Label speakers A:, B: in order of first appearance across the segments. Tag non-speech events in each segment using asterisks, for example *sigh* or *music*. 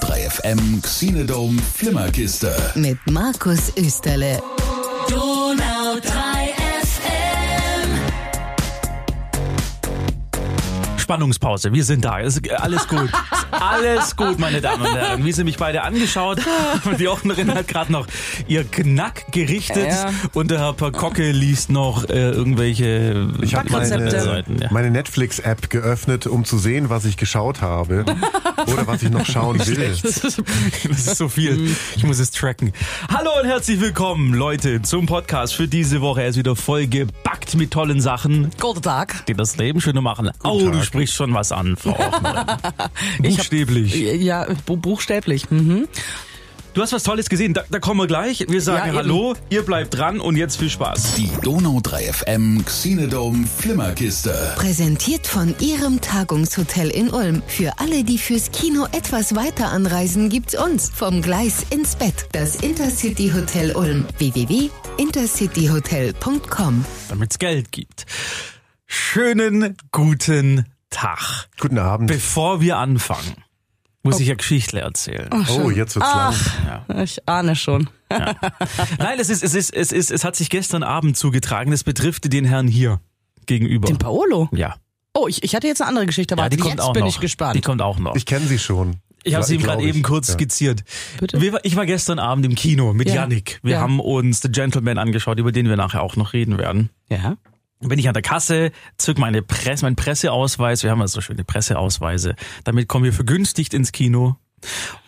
A: FM Xenodome Flimmerkiste.
B: Mit Markus Österle.
C: Donau 3 FM.
D: Spannungspause. Wir sind da. Ist alles gut. Ist alles gut, meine Damen und Herren. Wie sie mich beide angeschaut *laughs* haben. Die Ordnerin hat gerade noch ihr Knack gerichtet
E: Ja.
D: und der Herr Perkocke liest noch äh, irgendwelche
F: Ich habe meine,
D: Seiten. Ja.
F: meine Netflix-App geöffnet, um zu sehen, was ich geschaut habe oder was ich noch schauen will.
D: *laughs* Das ist, das ist so viel. Ich muss es tracken. Hallo und herzlich willkommen, Leute, zum Podcast für diese Woche. Er ist wieder voll gebackt mit tollen Sachen,
E: Guten Tag.
D: die das Leben schöner machen. oh,
F: Tag.
D: du sprichst schon was an, Frau. Hoffmann. Buchstäblich.
E: Ja, bu- buchstäblich. Mhm.
D: Du hast was Tolles gesehen, da, da kommen wir gleich. Wir sagen
E: Ja,
D: Hallo, ihr bleibt dran und jetzt viel Spaß.
A: Die Donau 3 FM Xenodome Flimmerkiste.
B: Präsentiert von Ihrem Tagungshotel in Ulm. Für alle, die fürs Kino etwas weiter anreisen, gibt's uns. Vom Gleis ins Bett. Das Intercity Hotel Ulm. www.intercityhotel.com.
D: Damit's Geld gibt. Schönen guten Tag.
F: Guten Abend.
D: Bevor wir anfangen, muss
E: Oh.
D: ich ja Geschichte erzählen.
F: Oh, jetzt wird's lang.
E: Ich ahne schon.
D: Nein, es ist, es ist, es ist, es hat sich gestern Abend zugetragen. Es betrifft den Herrn hier gegenüber.
E: Den Paolo.
D: ja.
E: Oh, ich, ich hatte jetzt eine andere Geschichte, aber
D: ja, die
E: jetzt
D: kommt auch
E: bin
D: noch.
E: ich gespannt.
D: Die kommt auch noch.
F: Ich kenne sie schon.
D: Ich habe es
F: Gla-
D: eben
F: glaub
D: gerade
F: ich.
D: eben kurz
F: Ja.
D: skizziert.
E: Bitte?
D: Wir, ich war gestern Abend im Kino mit
E: Ja.
D: Yannick. Wir
E: Ja.
D: haben uns The Gentleman angeschaut, über den wir nachher auch noch reden werden.
E: ja.
D: bin ich an der Kasse, zück meine Presse, meinen Presseausweis, wir haben ja so schöne Presseausweise, damit kommen wir vergünstigt ins Kino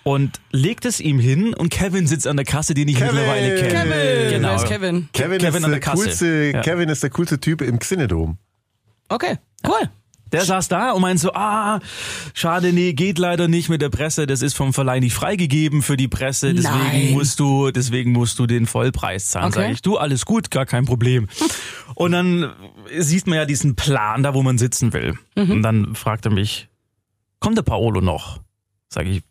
D: und legt es ihm hin und Kevin sitzt an der Kasse, den ich
F: Kevin!
D: mittlerweile kenne.
E: Kevin,
D: Genau.
E: wer ist Kevin?
F: Kevin,
D: Kevin
F: ist
D: an der
F: der
D: Kasse.
F: coolste,
D: Ja.
F: Kevin ist der coolste Typ im Xenodom.
E: Okay, cool.
D: Der saß da und meint so, ah, schade, nee, geht leider nicht mit der Presse, das ist vom Verleih nicht freigegeben für die Presse, deswegen
E: Nein.
D: musst du, deswegen musst du den Vollpreis zahlen.
E: Okay.
D: Sag ich, du, alles gut, gar
E: *laughs*
D: kein Problem. und dann sieht man ja diesen Plan da, wo man sitzen will.
E: Mhm.
D: Und dann fragt er mich, kommt der Paolo noch? Sag ich,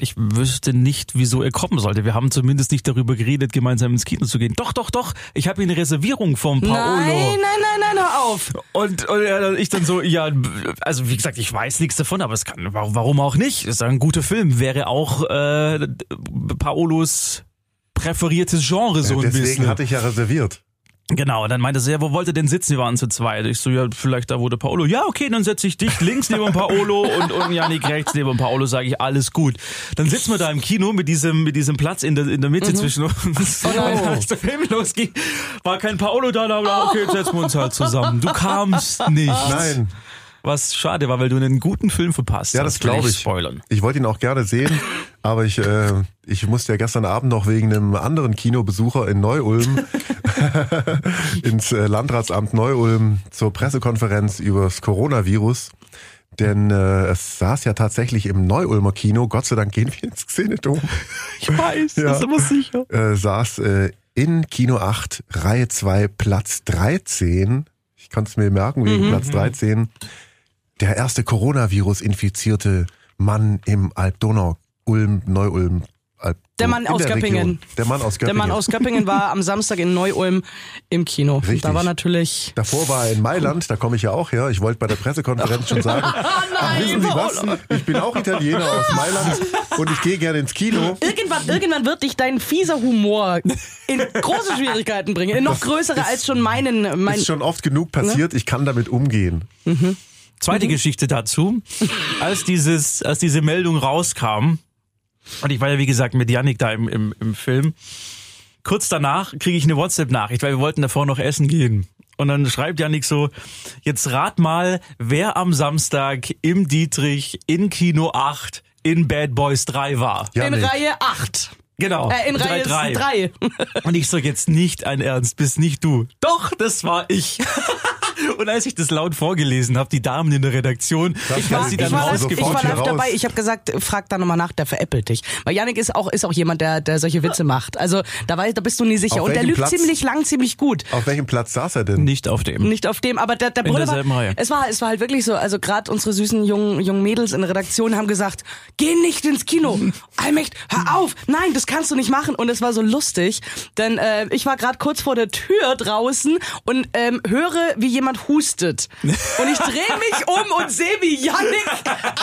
D: ich wüsste nicht, wieso er kommen sollte. Wir haben zumindest nicht darüber geredet, gemeinsam ins Kino zu gehen. Doch, doch, doch, ich habe hier eine Reservierung vom Paolo.
E: Nein, nein, nein, nein, hör auf.
D: Und, und er dann- ich dann so, ja, also wie gesagt, ich weiß nichts davon, aber es kann, warum, warum auch nicht? Ist ein guter Film, wäre auch äh, Paolos präferiertes Genre so ein
F: Deswegen
D: bisschen.
F: hatte ich ja reserviert.
D: genau, und dann meinte sie, ja, wo wollt ihr denn sitzen? Wir waren zu zweit. Ich so, ja, vielleicht da wurde Paolo. Ja, okay, dann setze ich dich links neben Paolo und, und Janik rechts neben Paolo, sage ich, alles gut. Dann sitzen wir da im Kino mit diesem, mit diesem Platz in der, in der Mitte zwischen uns. *laughs* Und dann, als der Film losging, war kein Paolo da, da, da, okay, jetzt setzen wir uns halt zusammen. Du kamst nicht.
F: Nein,
D: Was schade war, weil du einen guten Film verpasst
F: ja,
D: hast.
F: das glaube
D: Will
F: ich.
D: Spoilern.
F: Ich wollte ihn auch gerne sehen, aber ich, äh, ich musste ja gestern Abend noch wegen einem anderen Kinobesucher in Neu-Ulm ins äh, Landratsamt Neu-Ulm zur Pressekonferenz über das Coronavirus. Denn äh, es saß ja tatsächlich im Neu-Ulmer Kino, Gott sei Dank gehen wir ins Xenodom,
D: Ich weiß,
F: Ja.
D: das ist aber sicher.
F: äh, saß äh, in Kino 8, Reihe 2, Platz 13. Ich konnte es mir merken wegen
E: Mhm.
F: Platz 13. Der erste Coronavirus-infizierte Mann im Alp-Donau, Ulm, Neu-Ulm. Alp
E: Der Mann
F: in
E: aus
F: Region.
E: Göppingen.
F: Der Mann aus
E: Der
F: Göppingen.
E: Mann aus Göppingen war am Samstag in Neu-Ulm im Kino.
F: Richtig.
E: Da war natürlich...
F: Davor war er in Mailand, da komme ich ja auch her. Ich wollte bei der Pressekonferenz
E: *laughs*
F: schon
E: Ah,
F: sagen, ach, wissen Sie was?
E: Oh,
F: Ich bin auch Italiener aus Mailand und ich gehe gerne ins Kino.
E: Irgendwann, irgendwann wird dich dein fieser Humor in *laughs* große Schwierigkeiten bringen. In noch größere als schon meinen... Mein, Ne?
F: Ist schon oft genug passiert, ich kann damit umgehen.
D: Zweite
E: Mhm.
D: Geschichte dazu. Als, dieses, als diese Meldung rauskam, und ich war ja wie gesagt mit Yannick da im, im, im Film, kurz danach kriege ich eine WhatsApp-Nachricht, weil wir wollten davor noch essen gehen. Und dann schreibt Yannick so, jetzt rat mal, wer am Samstag im Dietrich in Kino 8 in Bad Boys 3 war.
F: Ja,
E: in
F: nee.
E: Reihe 8.
D: Genau.
E: Äh, in
D: Drei,
E: Reihe
D: drei.
E: *laughs* 3.
D: Und ich sag jetzt nicht ein Ernst, bist nicht du. Doch, das war ich. *laughs* Und als ich das laut vorgelesen habe, die Damen in der Redaktion, ich
F: war-
D: sie dann
E: ich war live, ich
F: rausgefunden.
E: war live
F: Raus.
E: dabei. Ich habe gesagt, frag da nochmal nach, der veräppelt dich. Weil Yannick ist auch, ist auch jemand, der, der solche Witze macht. Also da, weiß, da bist du nie sicher. Und
F: Auf
E: der
F: welchem
E: lügt
F: Platz?
E: ziemlich lang, ziemlich gut.
F: Auf welchem Platz saß er denn?
D: nicht auf dem.
E: Nicht auf dem, aber der, der Brüller
D: derselben
E: war,
D: Reihe.
E: es war, es war halt wirklich so, also gerade unsere süßen jungen, jungen Mädels in der Redaktion haben gesagt, geh nicht ins
D: *laughs*
E: Kino, Allmächt, hör auf, nein, das kannst du nicht machen und es war so lustig, denn äh, ich war gerade kurz vor der Tür draußen und
D: *laughs*
E: ähm, höre, wie jemand hustet und ich drehe mich um und sehe, wie Yannick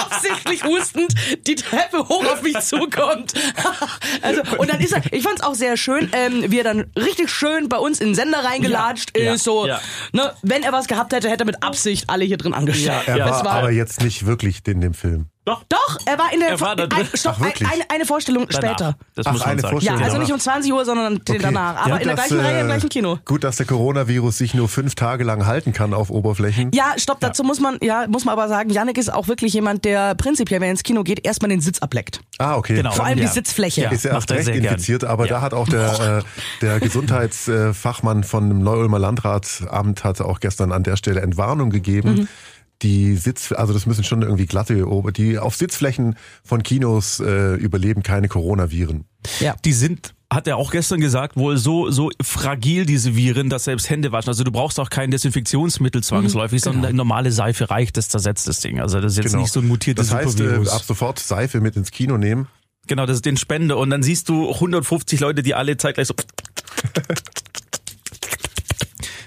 E: absichtlich hustend die Treppe hoch auf mich zukommt. *laughs* also, und dann ist er, ich fand's auch sehr schön, ähm, wie er dann richtig schön bei uns in den Sender reingelatscht
D: Ja,
E: ist. So,
D: ja.
E: ne, wenn er was gehabt hätte, hätte er mit Absicht alle hier drin angestellt.
F: Er
D: Ja,
E: es
F: war
E: war-
F: aber jetzt nicht wirklich in dem Film.
D: Doch,
E: Doch, er war in der
D: Er war da drin.
E: ein, stopp,
F: Ach, wirklich?
E: ein, eine, eine Vorstellung
D: danach. Genau.
E: später.
D: Das
F: Ach,
D: muss man
F: eine
D: sagen.
E: Ja,
F: Vorstellung.
E: also
F: danach.
E: nicht um 20 Uhr, sondern den danach. Aber
F: Ja,
E: in der
F: dass,
E: gleichen Reihe, im
F: äh,
E: gleichen Kino.
F: Gut, dass der Coronavirus sich nur fünf Tage lang halten kann auf Oberflächen.
E: Ja, stopp, dazu muss man, ja, muss man aber sagen, Yannick ist auch wirklich jemand, der prinzipiell, wenn er ins Kino geht, erstmal den Sitz ableckt.
F: Ah, okay.
D: Genau.
E: Vor allem
D: Ja.
E: die Sitzfläche.
D: Ja.
F: Ist ja erst
D: Macht er
F: recht
D: sehr gern.
F: infiziert, aber
D: Ja.
F: da hat auch der, äh, der Gesundheitsfachmann von dem Neu-Ulmer Landratsamt hat auch gestern an der Stelle Entwarnung gegeben.
D: Mhm.
F: Die Sitz, also das müssen schon irgendwie glatte, Ober- die auf Sitzflächen von Kinos äh, überleben keine Coronaviren.
E: Ja.
D: die sind, hat er auch gestern gesagt, wohl so, so fragil, diese Viren, dass selbst Hände waschen. Also du brauchst auch kein Desinfektionsmittel zwangsläufig, sondern normale Seife reicht, das zersetzt das Ding. Also das ist jetzt nicht so ein mutiertes
F: Genau. Das heißt, äh,
D: Supervirus.
F: ab sofort Seife mit ins Kino nehmen.
D: genau, das ist den Spende. Und dann siehst du 150 Leute, die alle zeitgleich so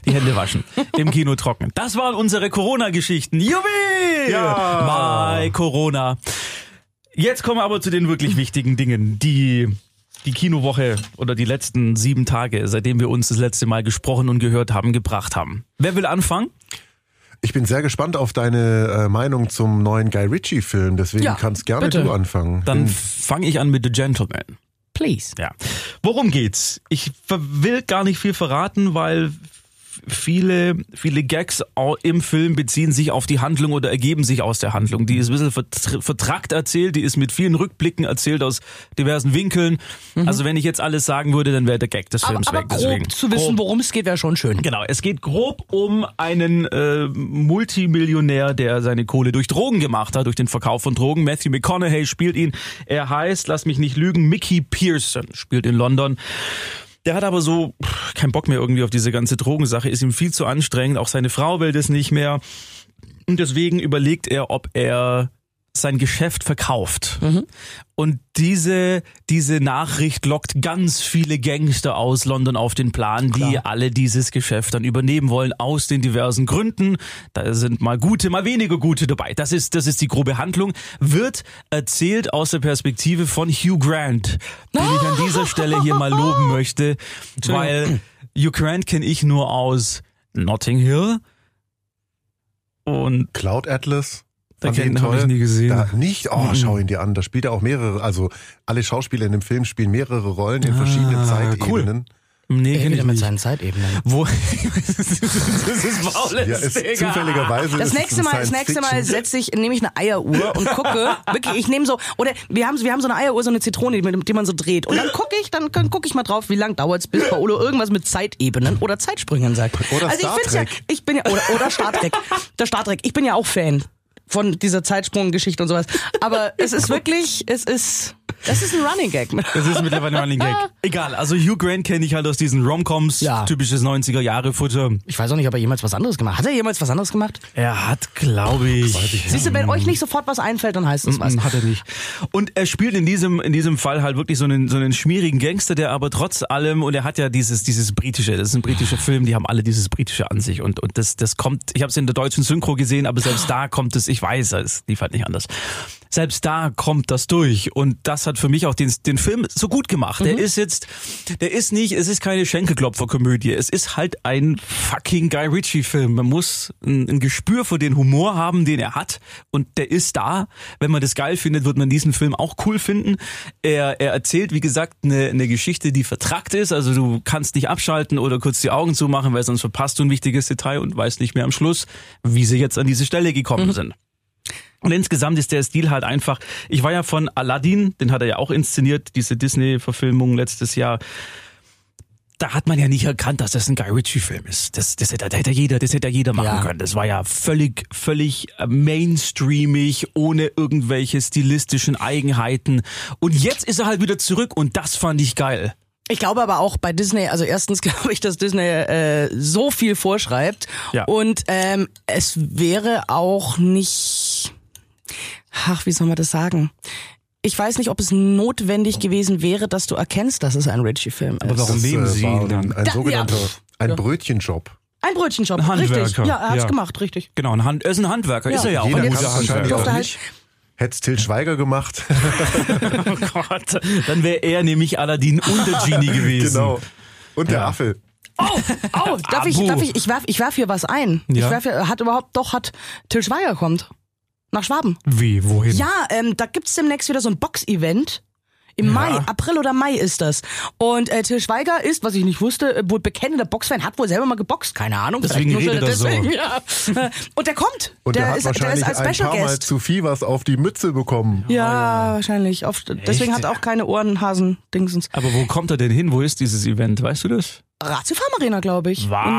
D: die Hände waschen. Im Kino trocken. Das waren unsere Corona-Geschichten. Jubi!
F: Ja.
D: My Corona. Jetzt kommen wir aber zu den wirklich wichtigen Dingen, die die Kinowoche oder die letzten sieben Tage, seitdem wir uns das letzte Mal gesprochen und gehört haben, gebracht haben. Wer will anfangen?
F: Ich bin sehr gespannt auf deine äh, Meinung zum neuen Guy Ritchie-Film, deswegen
E: Ja,
F: kannst gerne
E: bitte.
F: du anfangen.
D: Dann fange ich an mit The Gentleman.
E: Please.
D: Ja. Worum geht's? Ich ver- will gar nicht viel verraten, weil f- viele, viele Gags au- im Film beziehen sich auf die Handlung oder ergeben sich aus der Handlung. Die ist ein bisschen vertr- vertrackt erzählt, die ist mit vielen Rückblicken erzählt aus diversen Winkeln. Also wenn ich jetzt alles sagen würde, dann wäre der Gag des
E: Mhm. Aber,
D: Films
E: aber
D: weg.
E: grob
D: Deswegen.
E: zu wissen,
D: Grob.
E: worum es geht, wäre schon schön.
D: *laughs* Genau, es geht grob um einen äh, Multimillionär, der seine Kohle durch Drogen gemacht hat, durch den Verkauf von Drogen. Matthew McConaughey spielt ihn. Er heißt, lass mich nicht lügen, Mickey Pearson, spielt in London. Der hat aber so pff, keinen Bock mehr irgendwie auf diese ganze Drogensache, ist ihm viel zu anstrengend, auch seine Frau will das nicht mehr. Und deswegen überlegt er, ob er sein Geschäft verkauft.
E: Mhm.
D: Und diese, diese Nachricht lockt ganz viele Gangster aus London auf den Plan, die alle dieses Geschäft dann übernehmen wollen, aus den diversen Gründen. Da sind mal gute, mal weniger gute dabei. Das ist, das ist die grobe Handlung. Wird erzählt aus der Perspektive von Hugh Grant, den ich an dieser Stelle hier mal loben möchte, weil Hugh Grant kenne ich nur aus Notting Hill. Und
F: Cloud Atlas.
D: Den
F: Fand ich ihn
D: hab
F: toll.
D: ich nie gesehen.
F: Da, nicht? Oh, schau ihn dir an. Da spielt er auch mehrere, also alle Schauspieler in dem Film spielen mehrere Rollen in
E: Ah,
F: verschiedenen Zeitebenen.
D: Nee,
E: Er
D: kenn ich
E: wieder mit
D: nicht.
E: seinen Zeitebenen.
D: Wo? *laughs* das ist Paulus,
F: Ja, ist
D: Digga.
F: zufälligerweise.
E: Das
F: ist es
E: nächste
F: ein
E: Mal, das nächste Mal
F: Science-Fiction.
E: setze ich, nehme ich eine Eieruhr und
F: *laughs*
E: gucke, wirklich, ich nehme so, oder wir haben, wir haben so eine Eieruhr, so eine Zitrone, die, die man so dreht. Und dann gucke ich, dann, dann gucke ich mal drauf, wie lang dauert es, bis Paolo irgendwas mit Zeitebenen oder Zeitsprüngen sagt.
F: Oder
E: also
F: Star
E: ich find's ja,
F: Trek.
E: ich bin ja, oder, oder Star
F: *laughs*
E: Trek. Der Star Trek. Ich bin ja auch Fan von dieser Zeitsprunggeschichte und sowas. Aber es ist wirklich, es ist, das ist ein Running Gag.
D: Das ist mittlerweile ein Running Gag. *laughs* Egal, also Hugh Grant kenne ich halt aus diesen Romcoms,
E: Ja.
D: typisches 90er-Jahre-Futter.
E: Ich weiß auch nicht, ob er jemals was anderes gemacht hat. Hat er jemals was anderes gemacht?
D: Er hat, glaube ich,
E: Siehst du, wenn euch nicht sofort was einfällt, dann heißt
F: Mm,
E: es was.
D: Hat er nicht. Und er spielt in diesem, in diesem Fall halt wirklich so einen, so einen schmierigen Gangster, der aber trotz allem, und er hat ja dieses, dieses britische, das ist ein britischer Film, die haben alle dieses britische an sich. Und, und das, das kommt, ich habe es in der deutschen Synchro gesehen, aber selbst da kommt es, ich weiß, es lief halt nicht anders. Selbst da kommt das durch. Und das hat für mich auch den, den Film so gut gemacht. Der ist jetzt, der ist nicht, es ist keine Schenkelklopferkomödie. Es ist halt ein fucking Guy Ritchie-Film. Man muss ein, ein Gespür für den Humor haben, den er hat. Und der ist da. Wenn man das geil findet, wird man diesen Film auch cool finden. Er, er erzählt, wie gesagt, eine, eine Geschichte, die vertrackt ist. Also du kannst nicht abschalten oder kurz die Augen zumachen, weil sonst verpasst du ein wichtiges Detail und weißt nicht mehr am Schluss, wie sie jetzt an diese Stelle gekommen sind. Und insgesamt ist der Stil halt einfach. Ich war ja von Aladdin, den hat er ja auch inszeniert, diese Disney-Verfilmung letztes Jahr. Da hat man ja nicht erkannt, dass das ein Guy Ritchie-Film ist. Das, das, hätte, das hätte jeder, das hätte jeder machen
E: Ja.
D: können. Das war ja völlig, völlig äh, mainstreamig, ohne irgendwelche stilistischen Eigenheiten. Und jetzt ist er halt wieder zurück und das fand ich geil.
E: Ich glaube aber auch bei Disney, also erstens *laughs* glaube ich, dass Disney äh, so viel vorschreibt
D: Ja.
E: und ähm, es wäre auch nicht, ach, wie soll man das sagen? Ich weiß nicht, ob es notwendig gewesen wäre, dass du erkennst, dass es ein Ritchie-Film ist.
D: warum?
F: Das,
D: nehmen
F: äh,
D: Sie
F: war
D: ihn dann?
F: Ein, ein
E: Da-
F: sogenannter,
E: ja.
F: ein Brötchenjob.
E: Ein Brötchenjob,
D: Handwerker,
E: richtig. Ja, er hat's
D: ja.
E: gemacht, richtig.
D: Genau, ein Hand, er ist ein Handwerker, ist er ja auch.
F: Jeder
D: ein
F: kann
D: guter
F: es wahrscheinlich
D: Handwerker.
E: durfte
F: auch
E: halt,
F: nicht. Hätt's Till Schweiger gemacht. *laughs*
D: Oh *laughs* Gott. Dann wäre er nämlich Aladdin und der Genie gewesen.
F: genau. Und der
D: Ja.
F: Affe.
E: Oh,
D: *laughs*
E: oh, darf ich,
D: Abu.
E: darf ich, ich werf, ich werf hier was ein.
D: Ja.
E: Ich werf hier, hat überhaupt, doch, hat Till Schweiger kommt. Nach Schwaben.
D: Wie, wohin?
E: Ja, ähm, da gibt's demnächst wieder so ein Box-Event. Im Mai, April oder Mai ist das. Und äh, Till Schweiger ist, was ich nicht wusste, äh, wohl bekennender Boxfan, hat wohl selber mal geboxt, keine Ahnung.
D: Deswegen
E: vielleicht nur
D: redet er so.
E: *laughs* Ja. Äh, Und der kommt.
F: Und der, hat
E: ist, der
F: wahrscheinlich
E: ist als
F: ein
E: Special
F: paar Mal
E: Guest.
F: zu Ah, viel was auf die Mütze bekommen.
E: Ja, wahrscheinlich. Auf, deswegen hat er auch keine Ohrenhasen, Dingsens.
D: Aber wo kommt er denn hin? Wo ist dieses Event? Weißt du das?
E: Ratiofarm Arena, glaube ich.
D: Wah,
E: In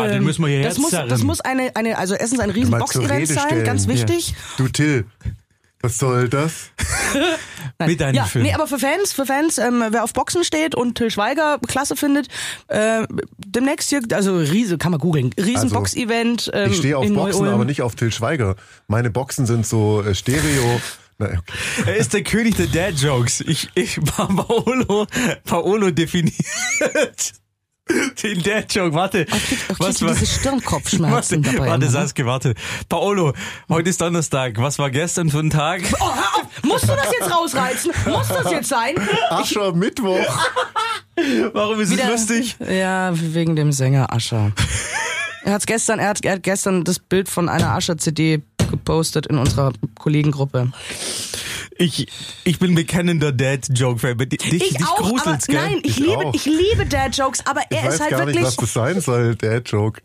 E: Neu-Ulm.
D: den müssen wir hierher
E: das muss,
D: zerren.
E: das muss eine, eine, also erstens ein riesen
F: Mal zur
E: Box-Event
F: Rede
E: sein,
F: stellen.
E: ganz
F: Ja.
E: wichtig.
F: Du Till, was soll das?
E: Nein.
D: Mit einem
E: ja,
D: Film.
E: Nee, aber für Fans, für Fans, ähm, wer auf Boxen steht und Till Schweiger klasse findet, äh, demnächst hier, also Riese, kann man googeln, Riesenbox-Event ähm,
F: Also, Ich stehe auf
E: in
F: Boxen,
E: Neu-Ulm.
F: aber nicht auf Till Schweiger. Meine Boxen sind so äh, Stereo. Na, okay.
D: Er ist der König der Dad-Jokes. Ich, ich, *laughs* Paolo, Paolo definiert den Dad-Joke. Warte.
E: Ich kriege diese
D: *laughs*
E: Stirnkopfschmerzen
D: warte,
E: dabei.
D: warte,
E: immer.
D: Saskia, warte. Paolo, heute ist Donnerstag. Was war gestern für ein Tag?
E: Oh, hör auf! Musst du das jetzt rausreißen? Muss das jetzt sein?
F: Aschermittwoch.
D: Warum ist
E: Wieder-
D: es lustig?
E: Ja, wegen dem Sänger Ascher. er, hat's gestern, er, hat, er hat gestern das Bild von einer Ascher-CD gepostet in unserer Kollegengruppe.
D: Ich, ich bin bekennender Dad-Joke-Fan. Bei di- Dich, dich gruselt's, gell?
E: nein, ich,
F: Ich
E: liebe,
F: auch.
E: ich liebe Dad-Jokes, aber
F: Ich
E: er
F: weiß
E: ist halt
F: gar nicht,
E: wirklich...
F: was das sein soll, der Joke.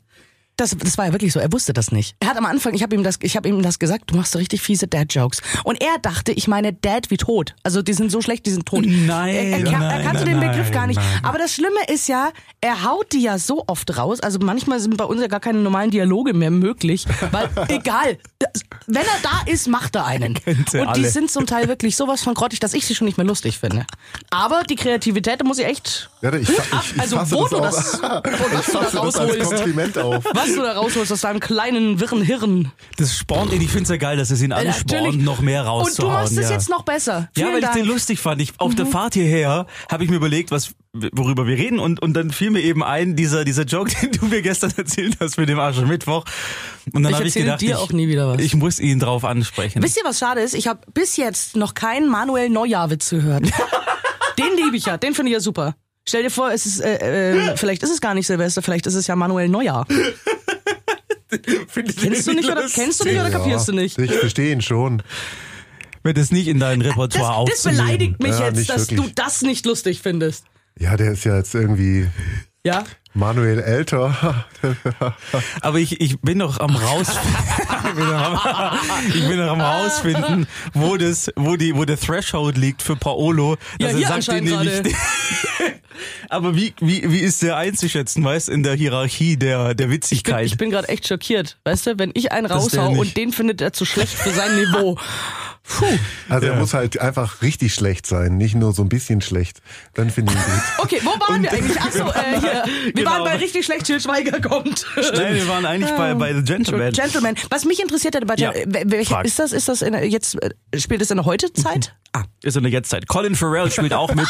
E: Das, das war ja wirklich so, er wusste das nicht. Er hat am Anfang, ich habe ihm, das, ich hab ihm das gesagt, du machst so richtig fiese Dad-Jokes. Und er dachte, ich meine Dad wie tot. Also die sind so schlecht, die sind tot.
D: Nein,
E: Er, er, er
D: nein,
E: kannte den
D: nein,
E: Begriff gar nicht.
D: nein.
E: Aber das Schlimme ist ja, er haut die ja so oft raus. Also manchmal sind bei uns ja gar keine normalen Dialoge mehr möglich.
D: *laughs*
E: Weil egal, wenn er da ist, macht er einen. Und
D: kennt
E: die
D: ja alle.
E: sind zum Teil wirklich sowas von grottig, dass ich sie schon nicht mehr lustig finde. Aber die Kreativität muss ich echt...
F: Warte, ich, fa- ich, ich
E: Also
F: fasse
E: wo
F: das
E: du
F: auf.
E: das, wo
F: Ich
E: das du da
F: fasse das als
E: rausholst. *laughs*
F: Kompliment auf.
E: Was du da rausholst aus deinem kleinen, wirren Hirn.
D: Das spornt ihn. Ich find's ja geil, dass es ihn anspornt,
E: Natürlich.
D: noch mehr
E: Und
D: rauszuhauen.
E: du machst es
D: ja.
E: jetzt noch besser.
D: Ja,
E: Vielen
D: weil
E: Dank. Mhm.
D: ich den lustig fand. Ich, auf der Fahrt hierher habe ich mir überlegt, was, worüber wir reden. Und, und dann fiel mir eben ein, dieser, dieser Joke, *laughs* den du mir gestern erzählt hast mit dem Aschermittwoch. Und dann
E: Ich
D: habe ich
E: erzähle
D: gedacht,
E: dir
D: ich,
E: auch nie wieder was.
D: ich muss ihn drauf ansprechen.
E: Wisst ihr, was schade ist? Ich habe bis jetzt noch keinen Manuel Neujahrwitz gehört.
D: *laughs*
E: den liebe ich ja, den finde ich ja super. Stell dir vor, es ist, äh, äh, vielleicht ist es gar nicht Silvester, vielleicht ist es ja Manuel
D: *laughs*
E: Neujahr. Kennst du nicht oder, kennst du nicht oder kapierst du nicht?
F: Ich verstehe ihn schon.
D: Wird es nicht in dein Repertoire
E: Ah, Das, das
D: aufzunehmen.
E: beleidigt mich
F: Ja,
E: jetzt,
F: nicht
E: dass
F: wirklich.
E: du das nicht lustig findest.
F: Ja, der ist ja jetzt irgendwie
E: Ja?
F: Manuel älter. *laughs*
D: Aber ich, ich bin noch
E: *laughs*
D: am raus, *laughs* ich bin noch am, ich bin noch am rausfinden, wo das, wo die, wo der Threshold liegt für Paolo.
E: Ja,
D: Also
E: hier
D: sagt den
E: anscheinend gerade.
D: nämlich- *laughs* Aber wie, wie, wie ist der einzuschätzen, weißt, in der Hierarchie der, der
E: Ich bin,
D: Witzigkeit?
E: ich bin gerade echt schockiert. Weißt du, wenn ich einen
D: Dass der
E: raushau
D: nicht-
E: und den findet er zu schlecht für sein
D: *laughs*
E: Niveau. Puh.
F: Also er muss halt einfach richtig schlecht sein, nicht nur so ein bisschen schlecht. Dann finde ich ihn gut.
E: Okay, wo waren wir eigentlich? Achso, äh, hier. Wir
D: Genau.
E: waren bei richtig schlecht, Till Schweiger kommt.
D: Nein, wir waren eigentlich bei, bei The Gentleman.
E: Gentleman. Was mich interessiert hätte, bei
D: Ja,
E: Gen- äh, welche,
D: frag.
E: ist das, ist das in, äh, jetzt, äh, spielt es in der heute Zeit? Ah,
D: Ist in der Jetztzeit. Colin Farrell spielt auch
E: *laughs*
D: mit.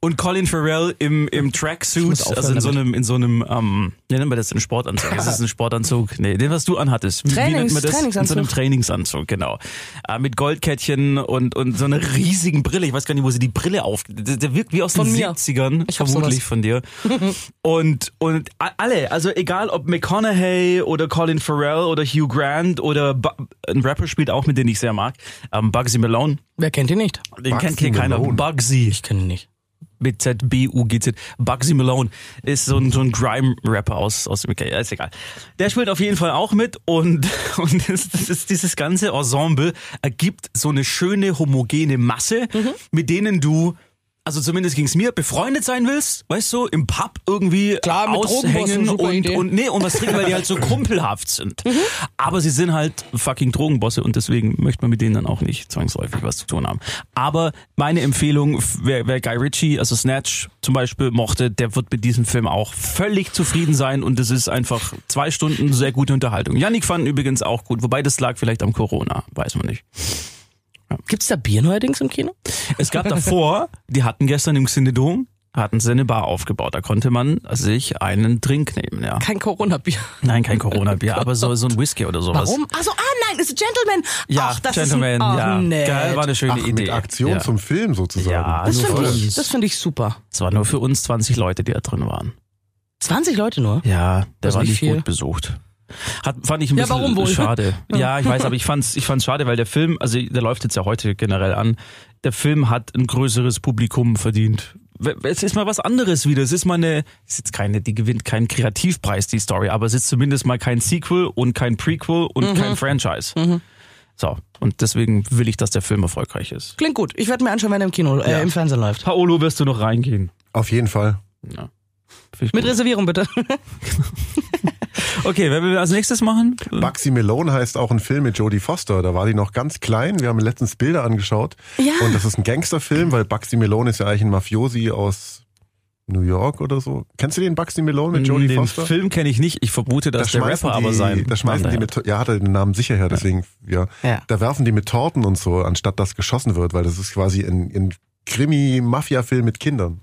D: Und Colin Farrell im, im Tracksuit,
E: muss aufhören
D: also in so
E: damit.
D: einem, in so einem, ähm, wie nennt man das, ein Sportanzug? Das ist ein Sportanzug. Nee, den, was du anhattest. Wie, wie nennt
E: Trainings-
D: man das? In so einem
E: Trainingsanzug.
D: Trainingsanzug, genau. Äh, mit Goldkettchen und, und so einer riesigen Brille. Ich weiß gar nicht, wo sie die Brille auf, der, der wirkt wie aus
E: Von
D: den
E: mir.
D: 70ern.
E: Ich hab
D: vermutlich
E: sowas. *laughs*
D: von dir. und, und a- alle, also egal ob McConaughey oder Colin Farrell oder Hugh Grant oder Bu ein Rapper spielt auch, mit den ich sehr mag, ähm, Bugsy Malone.
E: wer kennt ihn nicht?
D: Den
F: Bugsy
D: kennt hier keiner.
F: Malone.
D: Bugsy.
E: Ich kenne ihn nicht.
D: Mit Z-B-U-G-Z. Bugsy Malone ist so ein, so ein Grime-Rapper aus, aus dem UK. Ja, Ist egal. Der spielt auf jeden Fall auch mit und, *laughs* und das, das ist, dieses ganze Ensemble ergibt so eine schöne, homogene Masse, mit denen du, also zumindest ging's mir, befreundet sein willst, weißt du, im Pub irgendwie
E: Klar, mit Drogenbossen,
D: aushängen
E: super
D: und,
E: Idee.
D: und, nee, und was trinken, weil die halt so kumpelhaft sind. Aber sie sind halt fucking Drogenbosse und deswegen möchte man mit denen dann auch nicht zwangsläufig was zu tun haben. Aber meine Empfehlung, f- wer, wer Guy Ritchie, also Snatch zum Beispiel, mochte, der wird mit diesem Film auch völlig zufrieden sein und es ist einfach zwei Stunden sehr gute Unterhaltung. Yannick fand ihn übrigens auch gut, wobei das lag vielleicht am Corona, weiß man nicht.
E: Gibt's da Bier neuerdings im Kino?
D: *laughs* Es gab davor, die hatten gestern im Xinedom, hatten sie eine Bar aufgebaut. Da konnte man sich einen Drink nehmen, ja.
E: Kein Corona-Bier.
D: Nein, *laughs* kein Corona-Bier, aber so, so ein Whisky oder sowas.
E: Warum? Achso, ah nein, ist ein Gentleman.
D: Ja,
E: Ach, das
D: Gentleman,
E: ist ein,
D: ja.
E: oh, nett.
D: Geil, war eine schöne
F: Ach,
D: Idee.
F: mit Aktion
D: ja.
F: zum Film sozusagen.
D: Ja,
E: Das
D: nur für
E: finde ich,
D: uns.
E: das find ich super.
D: Es waren nur für uns 20 Leute, die da drin waren.
E: 20 Leute nur?
D: Ja, der
E: ist
D: war
E: nicht
D: nicht
E: also viel.
D: gut besucht. Hat, fand ich ein
E: Ja,
D: bisschen
E: warum wohl? *laughs*
D: schade. Ja, ich weiß, aber ich fand's, ich fand's schade, weil der Film, also der läuft jetzt ja heute generell an, der Film hat ein größeres Publikum verdient. W- Es ist mal was anderes wieder. Es ist mal eine, es ist jetzt keine, die gewinnt keinen Kreativpreis, die Story, aber es ist zumindest mal kein Sequel und kein Prequel
E: Mhm.
D: und kein Franchise. So, und deswegen will ich, dass der Film erfolgreich ist.
E: Klingt gut. Ich werde mir anschauen, wenn er im Kino, äh, im Fernsehen läuft.
D: Paolo, wirst du noch reingehen?
F: Auf jeden Fall.
D: Ja. Finde ich
E: Mit
D: gut.
E: Reservierung bitte. *laughs*
D: Okay, wer will als nächstes machen?
F: Bugsy Malone heißt auch ein Film mit Jodie Foster. Da war die noch ganz klein. Wir haben letztens Bilder angeschaut.
E: Ja.
F: Und das ist ein Gangsterfilm, weil Bugsy Malone ist ja eigentlich ein Mafiosi aus New York oder so. Kennst du den Bugsy Malone mit Jodie
D: den
F: Foster?
D: Film kenne ich nicht. Ich vermute, dass der
F: schmeißen
D: Rapper aber sein.
F: Da schmeißen
D: Name
F: die
D: hat.
F: mit, ja, hat er den Namen sicher her, deswegen, ja.
E: Ja.
F: Da werfen die mit Torten und so, anstatt dass geschossen wird, weil das ist quasi ein, ein Krimi-Mafia-Film mit Kindern.